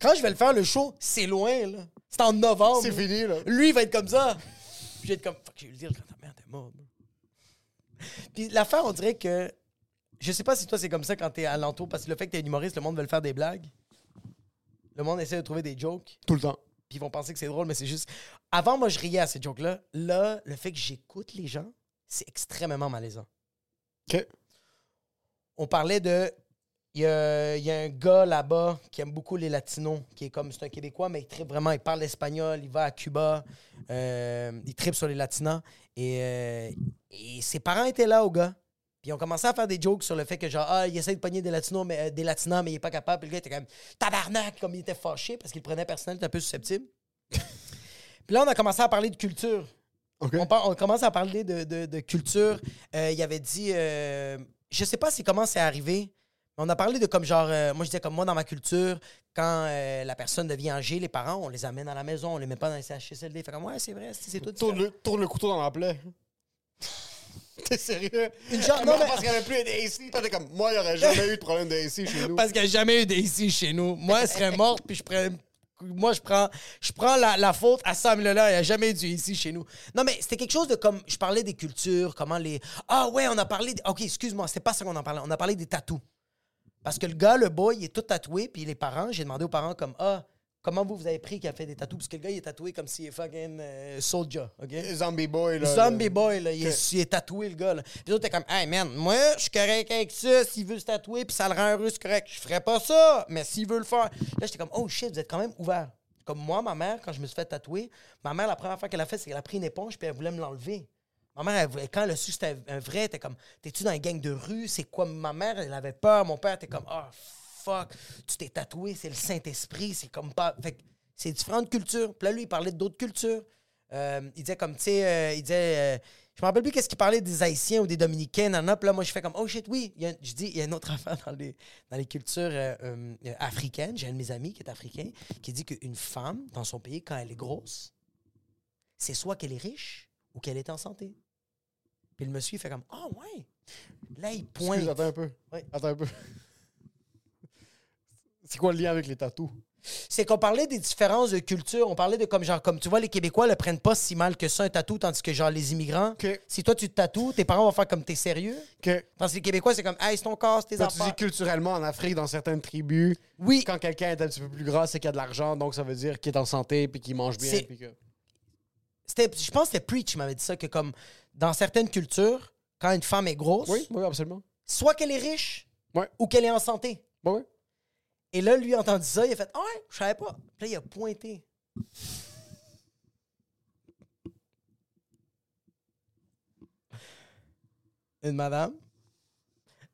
quand je vais le faire, le show, c'est loin, là. C'est en novembre. c'est fini, là. Lui, il va être comme ça. Puis je vais être comme, fuck, j'ai eu le deal quand ta mère était morte. Puis l'affaire, on dirait que. Je sais pas si toi, c'est comme ça quand t'es à l'entour, parce que le fait que t'es un humoriste, le monde veut le faire des blagues. Le monde essaie de trouver des jokes, Tout le temps. puis ils vont penser que c'est drôle, mais c'est juste. Avant, moi, je riais à ces jokes-là. Là, le fait que j'écoute les gens, c'est extrêmement malaisant. OK. On parlait de. Il y, a, il y a un gars là-bas qui aime beaucoup les Latinos, qui est comme. C'est un Québécois, mais il tripe vraiment. Il parle espagnol, il va à Cuba, euh, il tripe sur les Latinos. Et, euh, et ses parents étaient là au gars. Puis ils ont commencé à faire des jokes sur le fait que, genre, ah, il essaie de pogner des Latinos, mais, euh, des Latinos, mais il est pas capable. Puis le gars était comme tabarnak, comme il était fâché parce qu'il le prenait personnel, il était un peu susceptible. Puis là, on a commencé à parler de culture. OK. On, par- on commence à parler de, de- de culture. Euh, il avait dit, euh, je sais pas si comment c'est arrivé, mais on a parlé de comme genre, euh, moi je disais comme moi dans ma culture, quand euh, la personne devient âgée, les parents, on les amène à la maison, on les met pas dans les CHSLD. Fait comme, ouais, c'est vrai, c'est c'est tout. Tourne différent. le, tourne le couteau dans la plaie. T'es sérieux? genre- Comment non, mais- Parce qu'il n'y avait plus d'AC. Toi, t'es comme, moi, il n'y aurait jamais eu de problème d'AC chez nous. Parce qu'il n'y a jamais eu d'ici chez nous. Moi, elle serait morte, puis je prends. Moi, je prends, je prends la, la faute à Sam Lola. Il n'y a jamais eu du ici chez nous. Non, mais c'était quelque chose de comme. Je parlais des cultures, comment les. Ah ouais, on a parlé. de- Ok, excuse-moi, c'est pas ça qu'on en parlait. On a parlé des tatous. Parce que le gars, le boy, il est tout tatoué, puis les parents, j'ai demandé aux parents comme Ah, comment vous, vous avez pris qu'il a fait des tatous? Parce que le gars, il est tatoué comme s'il est fucking euh, soldier, OK? Zombie Boy, là. Zombie là. Boy, là, il, est, il est tatoué, le gars. Là. Puis l'autre, t'es comme, hey man, moi, je suis correct avec ça. S'il veut se tatouer, puis ça le rend heureux, c'est correct. Je ferais pas ça, mais s'il veut le faire. Là, j'étais comme, oh shit, vous êtes quand même ouvert. Comme moi, ma mère, quand je me suis fait tatouer, ma mère, la première fois qu'elle a fait, c'est qu'elle a pris une éponge, puis elle voulait me l'enlever. Ma mère, elle- quand elle a su que c'était un vrai, t'es comme, t'es-tu dans une gang de rue? C'est quoi? Ma mère, elle avait peur. Mon père, t'es comme, ah, fuck, tu t'es tatoué, c'est le Saint-Esprit, c'est comme pas. Fait que c'est différentes cultures. Puis là, lui, il parlait d'autres cultures. Euh, il disait comme, tu sais, euh, il disait, euh, je me rappelle plus qu'est-ce qu'il parlait des Haïtiens ou des Dominicains, nanana. Puis là, moi, je fais comme, oh shit, oui. Il y a- je dis, il y a une autre affaire dans les, dans les cultures euh, euh, euh, africaines. J'ai un de mes amis qui est africain qui dit qu'une femme, dans son pays, quand elle est grosse, c'est soit qu'elle est riche ou qu'elle est en santé. Puis le monsieur, il fait comme, ah ouais. Là, il pointe. Excuse, attends un peu. Ouais. Attends un peu. C'est quoi le lien avec les tatous? c'est qu'on parlait des différences de culture. On parlait de comme genre, comme tu vois, les Québécois ne prennent pas si mal que ça un tatou, tandis que genre les immigrants, Ok. si toi tu te tatoues, tes parents vont faire comme t'es sérieux. Que Tandis que les Québécois, c'est comme, hey, c'est ton corps, c'est tes Là, tu affaires. dis culturellement en Afrique, dans certaines tribus, Oui. quand quelqu'un est un petit peu plus gras, c'est qu'il a de l'argent, donc ça veut dire qu'il est en santé puis qu'il mange bien. C'est- puis que- C'était- Je pense que c'était Preach qui m'avait dit ça, que comme dans certaines cultures, quand une femme est grosse, Oui, oui, absolument. soit qu'elle est riche Ouais. ou qu'elle est en santé. Bon, oui. Et là, lui, a entendu ça, il a fait, ah ouais, je savais pas. Puis là, il a pointé. Une madame.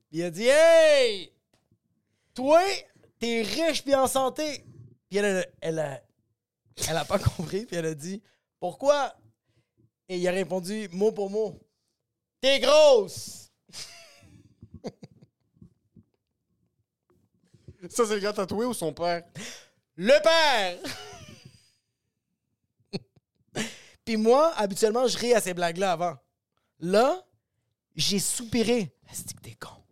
Puis il a dit, hey, toi, t'es riche puis en santé. Puis elle, a- elle, a, elle a pas compris, puis elle a dit, pourquoi? Et il a répondu mot pour mot, t'es grosse. Ça, c'est le gars tatoué ou son père? Le père! Puis moi, habituellement, je ris à ces blagues-là avant. Là, j'ai soupiré. Est-ce que t'es con?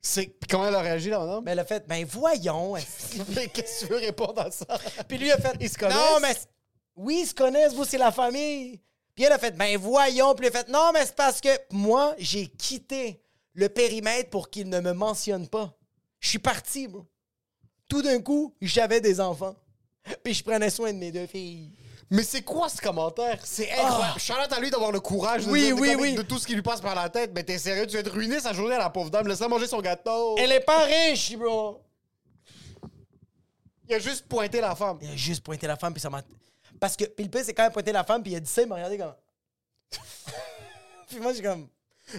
C'est... puis Comment elle a réagi, là, madame? Mais le fait, ben voyons. esti. Mais qu'est-ce que tu veux répondre à ça? Puis lui a fait, Ils se connaissent? Non, mais c'est- oui, ils se connaissent, vous, c'est la famille. Puis elle a fait, ben voyons. Puis il a fait, non, mais c'est parce que moi, j'ai quitté le périmètre pour qu'il ne me mentionne pas. Je suis parti, bro. Tout d'un coup, j'avais des enfants. Puis je prenais soin de mes deux filles. Mais c'est quoi ce commentaire? C'est incroyable. Charlotte à lui d'avoir le courage de, Ah. Oui, de- de- oui, comme- oui. de tout ce qui lui passe par la tête. Mais t'es sérieux, tu viens de ruiner sa journée à la pauvre dame. Laisse-la manger son gâteau. Elle est pas riche, bro. Il a juste pointé la femme. Il a juste pointé la femme, puis ça m'a. Parce que. Puis le pire, c'est quand même pointé la femme, puis il a dit ça, il m'a regardé comme. puis moi, j'ai comme.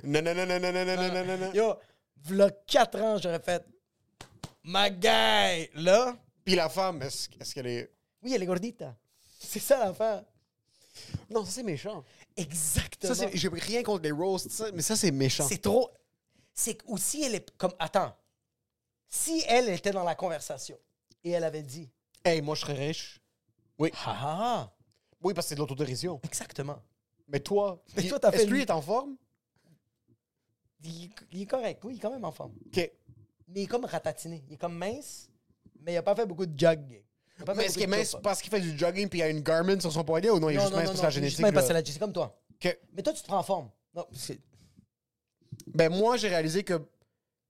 Non, non, non, non, non, non, non, non, non, non. Yo, v'là 4 ans, j'aurais fait. Ma gueule! Là. Puis la femme, est-ce, est-ce qu'elle est. Oui, elle est gordita. C'est ça l'affaire. Non, ça c'est méchant. Exactement. Ça, c'est, j'ai rien contre les roasts, ça, mais ça c'est méchant. C'est trop. C'est que- ou si elle est comme. Attends. Si elle était dans la conversation et elle avait dit. Hey, moi je serais riche. Ah, ah, ah, Oui, parce que c'est de l'autodérision. exactement. Mais toi, Mais il- toi, t'as est-ce fait que lui une- est en forme? Il, il est correct. Oui, il est quand même en forme. Ok. Mais il est comme ratatiné. Il est comme mince, mais il a pas fait beaucoup de jogging. Il a pas fait Mais beaucoup est-ce qu'il est de mince job. parce qu'il fait du jogging puis il a une Garmin sur son poignet ou non, il est Non, juste non, mince non, parce non, que la il est juste génétique? mince parce là? que la génétique, comme toi. Ok. Mais toi, tu te prends en forme. Non, c'est- Ben moi, j'ai réalisé que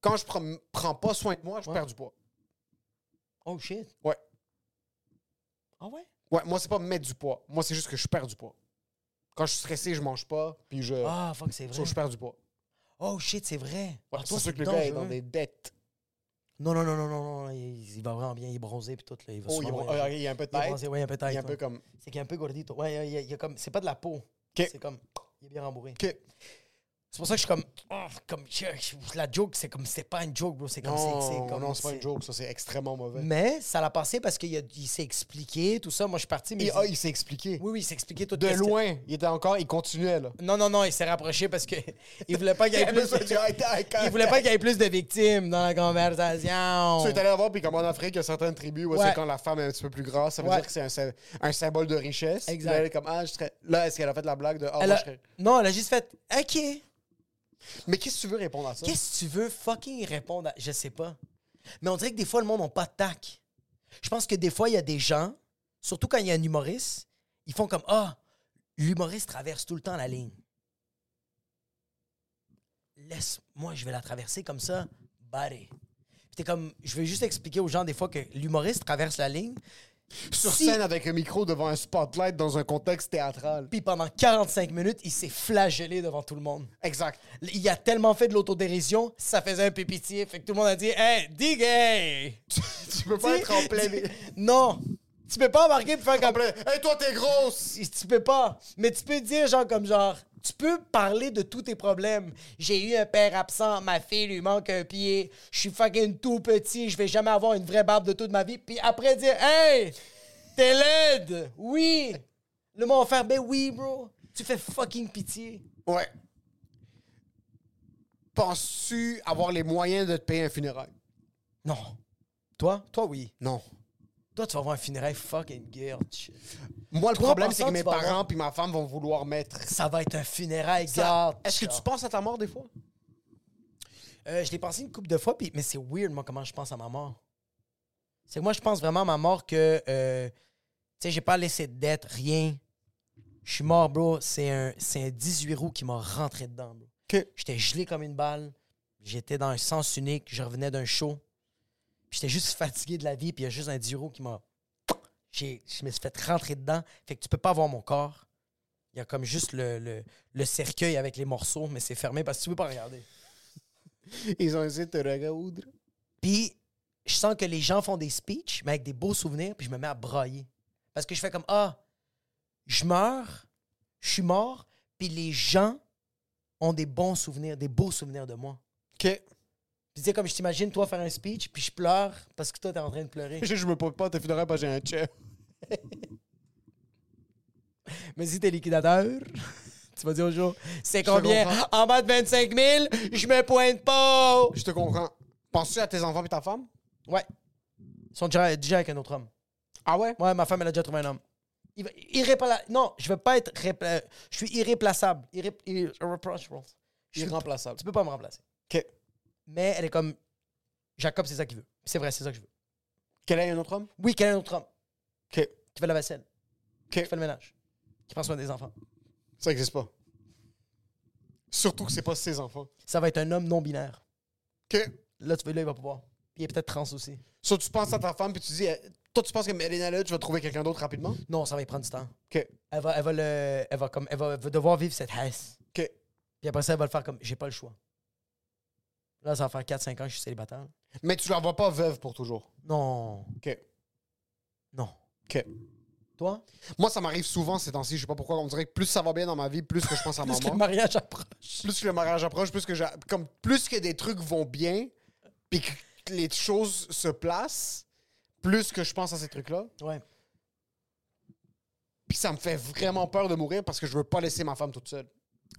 quand je prends, prends pas soin de moi, je perds du poids. Oh shit. Ouais. Ah ouais? Ouais, moi c'est pas mettre du poids. Moi c'est juste que je perds du poids. Quand je suis stressé, je mange pas, puis je, Ah, fuck, c'est so, vrai. je perds du poids. Oh shit, c'est vrai. Ouais, Ah, c'est toi, sûr c'est que le gars est dans dangereux. des dettes. Non, non, non, non, non, non. Il, il va vraiment bien. Il est bronzé puis tout. Là. Il va Oh, il, super est- bien. ah, il y a un peu de Il est tête. bronzé, ouais, il est un peu Il tête, est un peu ouais. comme. C'est qu'il est un peu gordito. Ouais, il y a- il y a comme. C'est pas de la peau. C'est comme. Il est bien rembourré. Ok. C'est pour ça que je suis comme. Ah, comme je- je- la joke, c'est comme. C'est pas une joke, bro. C'est comme. c'est- Non, comme- non, c'est pas une joke, ça c'est extrêmement mauvais. Mais ça l'a passé parce qu'il a- il s'est expliqué, tout ça. Moi, je suis parti, mais. Et, il- ah, il s'est expliqué. Oui, oui, il s'est expliqué tout De qu'est-ce que- loin, il était encore, il continuait là. Non, non, non, il s'est rapproché parce que il voulait pas qu'il y Il ait a plus. besoin du high tech. Il voulait pas qu'il y ait plus de victimes dans la conversation. Tu es allé voir, puis comme en Afrique, il y a certaines tribus où Ouais. c'est quand la femme est un petit peu plus grasse, ça veut Ouais. dire que c'est un, sy- un symbole de richesse. Exact. Là, elle est comme, ah, je serais- là, est-ce qu'elle a fait de la blague de, ah, Elle moi, a- je serais- Non, elle a juste fait OK. Mais qu'est-ce que tu veux répondre à ça? Qu'est-ce que tu veux fucking répondre à. Je sais pas. Mais on dirait que des fois, le monde n'a pas de tac. Je pense que des fois, il y a des gens, surtout quand il y a un humoriste, ils font comme Ah, l'humoriste traverse tout le temps la ligne. Laisse-moi, je vais la traverser comme ça. Barré. Puis t'es comme, je vais juste expliquer aux gens des fois que l'humoriste traverse la ligne. Sur Si- scène avec un micro devant un spotlight dans un contexte théâtral. Puis pendant 45 minutes, il s'est flagellé devant tout le monde. Exact. Il a tellement fait de l'autodérision, ça faisait un peu pitié. Fait que tout le monde a dit Hey, dig hey! tu peux pas être en plein. Non! Tu peux pas embarquer pour faire comme. Hey, toi, t'es grosse! Tu peux pas. Mais tu peux dire, genre, comme genre. Tu peux parler de tous tes problèmes. J'ai eu un père absent, ma fille lui manque un pied, je suis fucking tout petit, je vais jamais avoir une vraie barbe de toute ma vie. Puis après dire, hey, t'es laide! Oui! Le mon frère, ben oui, bro! Tu fais fucking pitié. Ouais. Penses-tu avoir les moyens de te payer un funérail? Non. Toi? Toi, oui. Non. Toi, tu vas avoir un funérail fucking girl. shit. Moi, le Toi, problème, pensant c'est que que mes tu vas parents avoir- puis ma femme vont vouloir mettre. Ça va être un funérail Ça- girl. Est-ce que tu penses à ta mort des fois? Euh, je l'ai pensé une couple de fois, puis- mais c'est weird, moi, comment je pense à ma mort. C'est que moi, je pense vraiment à ma mort que, euh, tu sais, j'ai pas laissé de dette, rien. Je suis mort, bro. C'est un, c'est un 18 roues qui m'a rentré dedans, bro. OK. J'étais gelé comme une balle. J'étais dans un sens unique. Je revenais d'un show. Puis J'étais juste fatigué de la vie, puis il y a juste un 10 roues qui m'a... J'ai- Je me suis fait rentrer dedans. Fait que tu peux pas voir mon corps. Il y a comme juste le, le, le cercueil avec les morceaux, mais c'est fermé parce que tu peux pas regarder. Ils ont essayé de te regarder. Puis je sens que les gens font des speeches, mais avec des beaux souvenirs, puis je me mets à brailler. Parce que je fais comme Ah, je meurs, je suis mort, puis les gens ont des bons souvenirs, des beaux souvenirs de moi. OK. Puis tu sais, comme je t'imagine, toi faire un speech, puis je pleure parce que toi, t'es en train de pleurer. Je, je me pose pas à tes funérailles parce que j'ai un chef. Mais si t'es liquidateur, tu vas dire au jour C'est te combien comprends. En bas de 25 000, je me pointe pas Je te comprends. Penses-tu à tes enfants et ta femme? Ouais. Ils sont déjà, déjà avec un autre homme. Ah ouais? Ouais, ma femme, elle a déjà trouvé un homme. Il va- irrépla- Non, je veux pas être. répla- Je suis irréplaçable. Irré- irreproachable. Je suis remplaçable. Tu peux pas me remplacer. OK. Mais elle est comme. Jacob, c'est ça qu'il veut. C'est vrai, c'est ça que je veux. Quel est un autre homme? Oui, quel est un autre homme OK. qui fait la vaisselle, OK. qui fait le ménage, qui prend soin des enfants. Ça n'existe pas. Surtout que c'est pas ses enfants. Ça va être un homme non binaire. OK. Là, tu veux, là, il va pouvoir. Il est peut-être trans aussi. Soit tu penses à ta femme puis tu dis, euh, toi tu penses que Mélina là, tu vas trouver quelqu'un d'autre rapidement? Non, ça va y prendre du temps. OK. Elle va, elle va le, elle va comme, elle va, elle va devoir vivre cette haisse. OK. Puis après ça, elle va le faire comme, j'ai pas le choix. Là, ça va faire 4-5 ans que je suis célibataire. Mais tu la vois pas veuve pour toujours. Non, OK. non. OK. Toi? Moi, ça m'arrive souvent ces temps-ci, je sais pas pourquoi. On dirait que plus ça va bien dans ma vie, plus que je pense à ma Parce que le mort. mariage approche. Plus que le mariage approche, plus que, j'a- comme, plus que des trucs vont bien, puis que les choses se placent, plus que je pense à ces trucs-là. Ouais. Puis ça me fait vraiment peur de mourir parce que je veux pas laisser ma femme toute seule.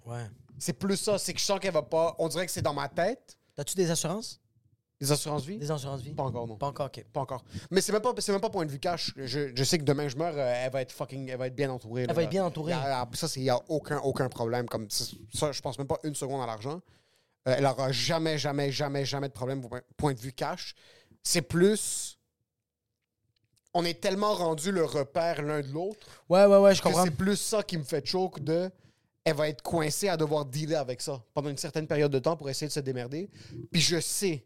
Ouais. C'est plus ça, c'est que je sens qu'elle va pas. On dirait que c'est dans ma tête. T'as-tu des assurances? Les assurances-vie? Des assurances-vie? Pas encore, non. Pas encore, ok. Pas encore. Mais c'est même pas, c'est même pas point de vue cash. Je, je sais que demain je meurs, euh, elle va être fucking, elle va être bien entourée. là. va être bien entourée. Y a- y a- ça, c'est y a aucun, aucun problème. Comme c'est- ça, je pense même pas une seconde à l'argent. Euh, elle aura jamais, jamais, jamais, jamais de problème au point- point de vue cash. C'est plus, on est tellement rendu le repère l'un de l'autre Ouais, ouais, ouais, je que comprends. c'est plus ça qui me fait choke de elle va être coincée à devoir dealer avec ça pendant une certaine période de temps pour essayer de se démerder. Puis je sais,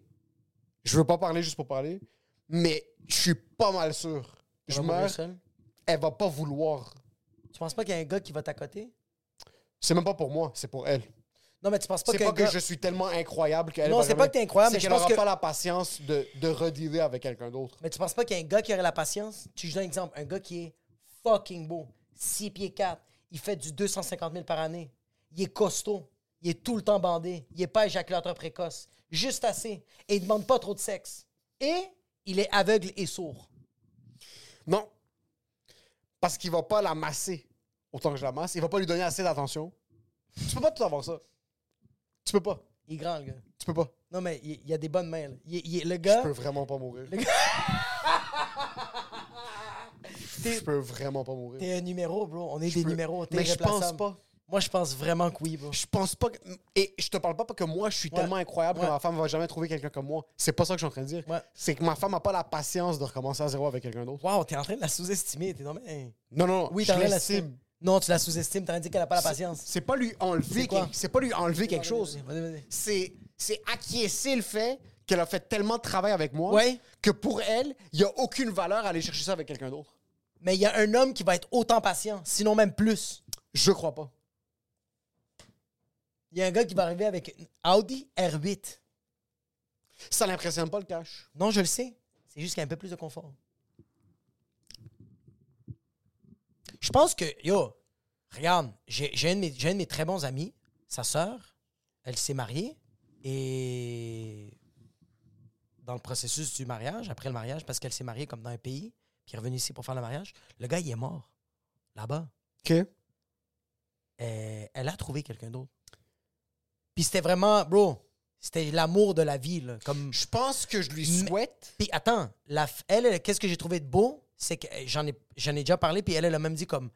je veux pas parler juste pour parler, mais je suis pas mal sûr. Elle Je va mourir meurs, seule. elle va pas vouloir. Tu penses pas qu'il y a un gars qui va t'accoter? C'est même pas pour moi, c'est pour elle. Non, mais tu penses pas C'est qu'un pas que gars... je suis tellement incroyable qu'elle Non, va c'est jamais- pas que t'es incroyable, c'est mais je qu'elle pense aura que- pas la patience de, de redealer avec quelqu'un d'autre. Mais tu penses pas qu'il y a un gars qui aurait la patience? Tu je donne un exemple. Un gars qui est fucking beau, 6 pieds 4, il fait du 250 000 par année. Il est costaud. Il est tout le temps bandé. Il est pas éjaculateur précoce. Juste assez. Et il demande pas trop de sexe. Et il est aveugle et sourd. Non. Parce qu'il va pas la masser autant que je la masse. Il va pas lui donner assez d'attention. Tu peux pas tout avoir ça. Tu peux pas. Il est grand, le gars. Tu peux pas. Non, mais il, il a des bonnes mains. là. Il- il- le Je gars... peux vraiment pas mourir. Je peux vraiment pas mourir. T'es un numéro, bro. On est des peux- numéros. T'es mais je pense irréplaçable. pas. Moi, je pense vraiment que oui, bro. Je pense pas que... Et je te parle pas parce que moi, je suis tellement incroyable Ouais. que ma femme va jamais trouver quelqu'un comme moi. C'est pas ça que je suis en train de dire. Ouais. C'est que ma femme a pas la patience de recommencer à zéro avec quelqu'un d'autre. Wow, t'es en train de la sous-estimer. T'es dans mais- Non, non, non. Oui, t'es je en train de la l'estime. Non, tu la sous-estimes. T'as dit qu'elle a pas la patience. C'est pas lui enlever, quoi? quelque- c'est pas lui enlever quelque chose. Vas-y, vas-y, vas-y. C'est c'est acquiescer le fait qu'elle a fait tellement de travail avec moi Ouais. que pour elle, il y a aucune valeur à aller chercher ça avec quelqu'un d'autre. Mais il y a un homme qui va être autant patient, sinon même plus. Je crois pas. Il y a un gars qui va arriver avec une Audi R8. Ça l'impressionne pas le cash. Non, je le sais. C'est juste qu'il y a un peu plus de confort. Je pense que, yo, regarde, j'ai j'ai un, de mes- j'ai un de mes très bons amis, sa sœur, elle s'est mariée et dans le processus du mariage, après le mariage, parce qu'elle s'est mariée comme dans un pays, puis est revenue ici pour faire le mariage, le gars, il est mort, là-bas. OK. Euh, elle a trouvé quelqu'un d'autre. Puis c'était vraiment, bro, c'était l'amour de la vie, là, comme... Je pense que je lui Mais- souhaite. Puis attends, la, f- elle, elle, qu'est-ce que j'ai trouvé de beau, c'est que euh, j'en ai, j'en ai déjà parlé, puis elle, elle a même dit comme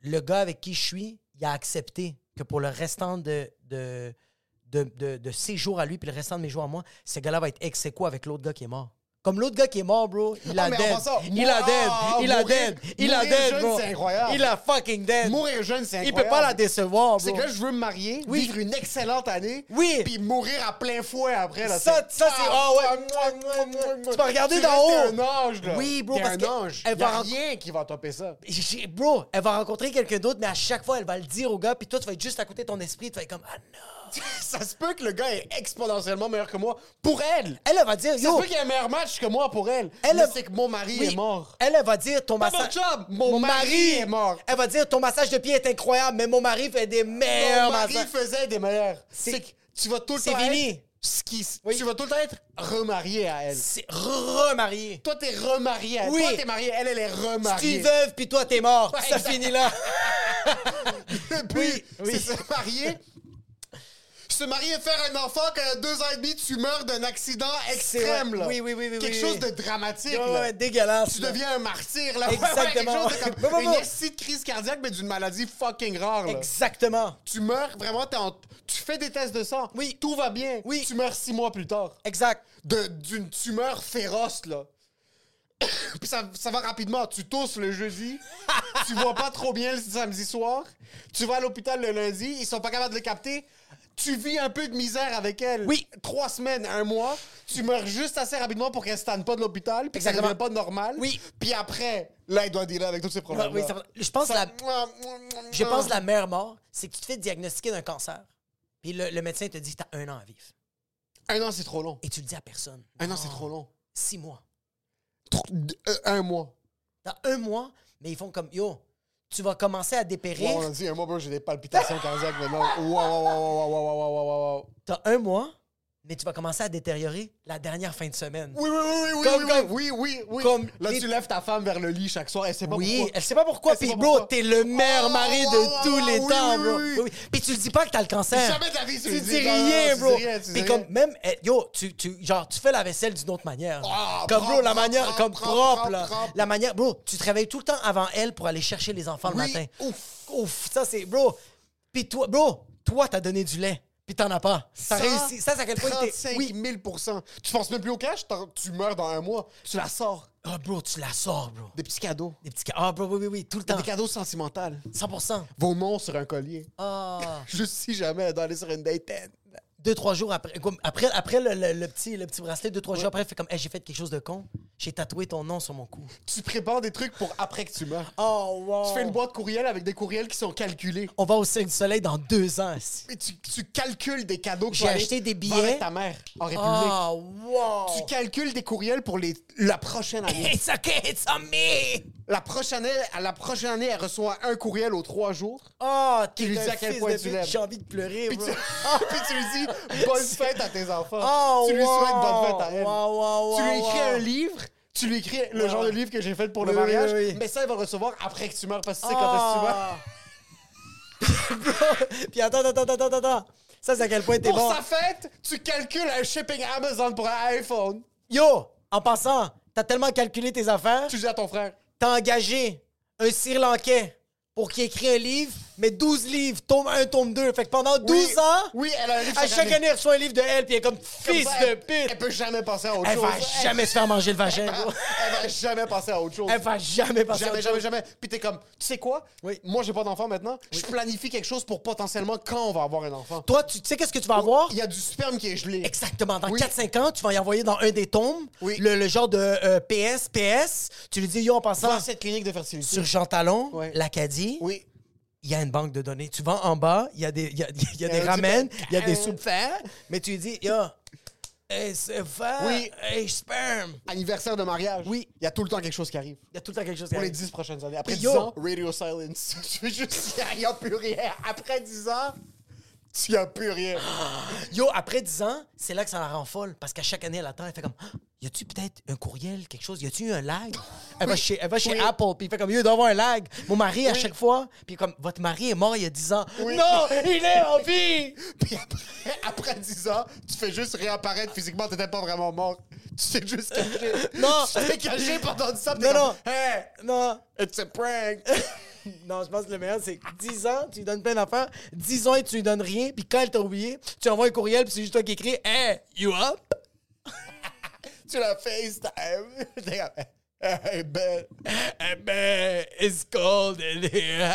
le gars avec qui je suis, il a accepté que pour le restant de, de, de, de- de ses jours à lui, puis le restant de mes jours à moi, ce gars-là va être ex aequo avec l'autre gars qui est mort. Comme l'autre gars qui est mort, bro, il Ah, a mais en dead. passant, Il moi- a dead. ah, Il a mourir- dead. Il a mourir dead, jeune, bro. c'est incroyable. Il a fucking dead. Mourir jeune, c'est Il incroyable. peut pas la décevoir, C'est bro. que là, je veux me marier, Oui. vivre une excellente année, Oui. puis mourir à plein fouet après. Là, Ça, ça, c'est. Ah, Oh, ouais. mouah, mouah, mouah, mouah. Tu m'as regardé Tu d'en haut. restes un ange, là. Oui, bro, T'es parce un que ange. elle y a va rencontrer- rien qui va topper ça. J'ai- j'ai- Bro, elle va rencontrer quelqu'un d'autre, mais à chaque fois, elle va le dire au gars, puis toi, tu vas être juste à côté de ton esprit, tu vas être comme, ah non. ça se peut que le gars est exponentiellement meilleur que moi pour elle. Elle, elle va dire, Ça se yo. peut qu'il y ait un meilleur match que moi pour elle. Elle, Elle elle- sait que mon mari Oui. est mort. Elle, elle va dire, ton Pas mon massage. job, mon mari est mort. Elle va dire, ton massage de pied est incroyable, mais mon mari fait des meilleurs Mon mari massages. faisait des meilleurs. oh, C'est- C'est que tu vas tout le c'est temps fini. être ce qui- Tu vas tout le temps être remarié à elle. C'est remarié. Toi, t'es remarié à elle. Oui. Toi, t'es marié. Elle, elle est Tu es remariée. une veuve, puis toi, t'es mort. Ouais, ça exact. finit là. Et puis, Oui, oui. c'est se marier. Se marier et faire un enfant quand il y a deux ans et demi, tu meurs d'un accident extrême. vrai. là. Oui, oui, oui, oui, Quelque oui, chose oui. de dramatique. Ouais, là. ouais, dégueulasse. tu là. deviens un martyr. Là. Ouais, Exactement. Ouais, quelque chose de Bon, bon, comme une bon. esti de crise cardiaque, mais d'une maladie fucking rare. là. Exactement. Tu meurs vraiment, t'es en- tu fais des tests de sang. Oui. Tout va bien. Oui. Tu meurs six mois plus tard. Exact. de- d'une tumeur féroce, là. Puis ça, ça va rapidement. Tu tousses le jeudi, tu vois pas trop bien le samedi soir, tu vas à l'hôpital le lundi, ils sont pas capables de le capter. Tu vis un peu de misère avec elle. Oui. Trois semaines, un mois. Tu meurs juste assez rapidement pour qu'elle se tanne pas de l'hôpital, puis que ça Exactement. devient pas normal. Oui. Puis après, là, elle doit dealer avec tous ces problèmes. Oui, ça- je pense que la- Je pense que la meilleure mort, c'est que tu te fais diagnostiquer d'un cancer, puis le, le médecin te dit, t'as un an à vivre. Un an, c'est trop long. Et tu le dis à personne. Un an, c'est trop long. Six mois. Trop- euh, Un mois. dans un mois, mais ils font comme yo, tu vas commencer à Ouais, dépérir. on a dit un mois, bro, j'ai des palpitations cardiaques maintenant. Wow, wow, wow, wow, wow, wow, wow, wow, wow, wow. T'as un mois, mais tu vas commencer à détériorer la dernière fin de semaine. Oui, oui, oui, oui, Comme- oui, comme- oui, oui, oui, oui. comme Là, les- tu lèves ta femme vers le lit chaque soir, elle sait pas Oui, pourquoi. elle sait pas pourquoi. Elle sait Puis, pas bro, pourquoi. t'es le meilleur Oh, mari de oh, tous oh, les oui, temps, oui, bro. oui, oui. Oui, oui. Puis tu le dis pas que t'as le cancer. Jamais de la vie, tu tu le dis dis. Non, rien, non, tu bro. dis rien, tu dis Puis comme rien. même, eh, yo, tu, tu, genre, tu fais la vaisselle d'une autre manière. Ah, comme bro, propre, la manière, propre, comme propre, propre, propre, là. propre. la manière, bro, tu te réveilles tout le temps avant elle pour aller chercher les enfants le Oui, matin. ouf. ouf, ça c'est, bro. Puis toi, bro, toi t'as donné du lait, puis t'en as pas. T'as réussi. Ça, c'est à quel point t'es. 35 Oui. 000 Tu penses même plus au cash, t'en- tu meurs dans un mois. Tu la sors. Ah, bro, tu la sors, bro. Des petits cadeaux. Des petits. ca- Ah, bro, oui, oui, oui, tout le temps. Des cadeaux sentimentaux. 100%. Vos noms sur un collier. Ah. Juste si jamais d'aller sur une date. deux, trois jours après, comme après, après le, le- le petit, le petit bracelet, deux, trois jours après, elle fait comme, Hey, j'ai fait quelque chose de con, j'ai tatoué ton nom sur mon cou. Tu prépares des trucs pour après que tu meurs. Oh, wow. Tu fais une boîte courriel avec des courriels qui sont calculés. On va au Cirque du Soleil dans deux ans. si. Mais tu, tu calcules des cadeaux que tu J'ai vas aller acheté des faire billets. avec ta mère en République. Oh, wow. Tu calcules des courriels pour les, la prochaine année. It's okay, it's on me. la, prochaine année à la prochaine année, elle reçoit un courriel aux trois jours. Oh, t'es Qui lui un dit à quel fils point de tu pute, l'aimes. J'ai envie de pleurer, Puis bro. tu, Oh, Ah, puis tu lui dis bonne fête à tes enfants. Oh, tu lui souhaites bonne wow. fête à elle. Wow, wow, tu lui wow, écris wow. un livre. Tu lui écris le Ouais, genre ouais. de livre que j'ai fait pour Oui, le oui, mariage. oui, Ah. oui. Mais ça, elle va recevoir après que tu meurs parce que tu sais quand est-ce que tu meurs. Bro, Puis attends, attends, attends, attends, attends. Ça, c'est à quel point t'es Pour bon. sa fête, tu calcules un shipping Amazon pour un iPhone. Yo, en passant, t'as tellement calculé tes affaires. Tu dis à ton frère. t'as engagé un Sri Lankais pour qu'il écrit un livre, mais 12 livres, tome 1, tome 2. Fait que pendant 12 Oui, ans, oui, elle a un livre à chaque chaque année. année, elle reçoit un livre de elle, puis elle est comme Comme fils ça, de elle- pute. Elle peut jamais passer à autre Elle chose. va jamais se faire manger le vagin, Elle, bro. elle va jamais passer à autre chose. Elle va jamais passer à Jamais, autre jamais, chose. jamais. Puis t'es comme, tu sais quoi? Oui. Moi, j'ai pas d'enfant maintenant. Je planifie quelque chose pour potentiellement quand on va avoir un enfant. Toi, tu tu sais qu'est-ce que tu vas avoir? Il y a du sperme qui est gelé. Exactement. Dans Oui. 4-5 ans, tu vas y envoyer dans un des tomes Oui. le, le genre de euh, PS, PS. Tu lui dis, yo, en passant, Dans cette clinique de fertilité. sur Jean Talon, Ouais. l'Acadie, Oui. il y a une banque de données. Tu vas en bas, il y a des, il y a, il y a un des petit ramen, peu- il y a des soupes faire, mais tu lui dis, yo, It's a va- Oui. a sperm. Anniversaire de mariage. Oui. Il y a tout le temps quelque chose qui arrive. Il y a tout le temps quelque chose qui Pour les arrive. 10 prochaines années. Après Puis 10 yo. ans, radio silence. tu veux juste, il n'y a plus rien. Après 10 ans, tu n'y as plus rien. Yo, après 10 ans, c'est là que ça la rend folle. Parce qu'à chaque année, elle attend, elle fait comme Ah, Y a-tu peut-être un courriel, quelque chose Y a-tu eu un lag Elle va chez, elle va chez Oui. Apple, puis il fait comme Yo, il doit avoir un lag. Mon mari, à chaque fois, puis comme Votre mari est mort il y a 10 ans. Non, il est en vie Puis après, après 10 ans, tu fais juste réapparaître physiquement, t'étais pas vraiment mort. Tu t'es juste caché. Non. Tu t'es caché pendant 10 ans, puis t'es Non, comme, non. Hey, Non it's a prank. Non, je pense que le meilleur, c'est que 10 ans, tu lui donnes plein d'affaires, 10 ans et tu lui donnes rien, puis quand elle t'a oublié, tu envoies un courriel, puis c'est juste toi qui écris Hey, you up tu l'as FaceTime. T'es comme, Hey, ben. Eh ben, it's cold in eh, here.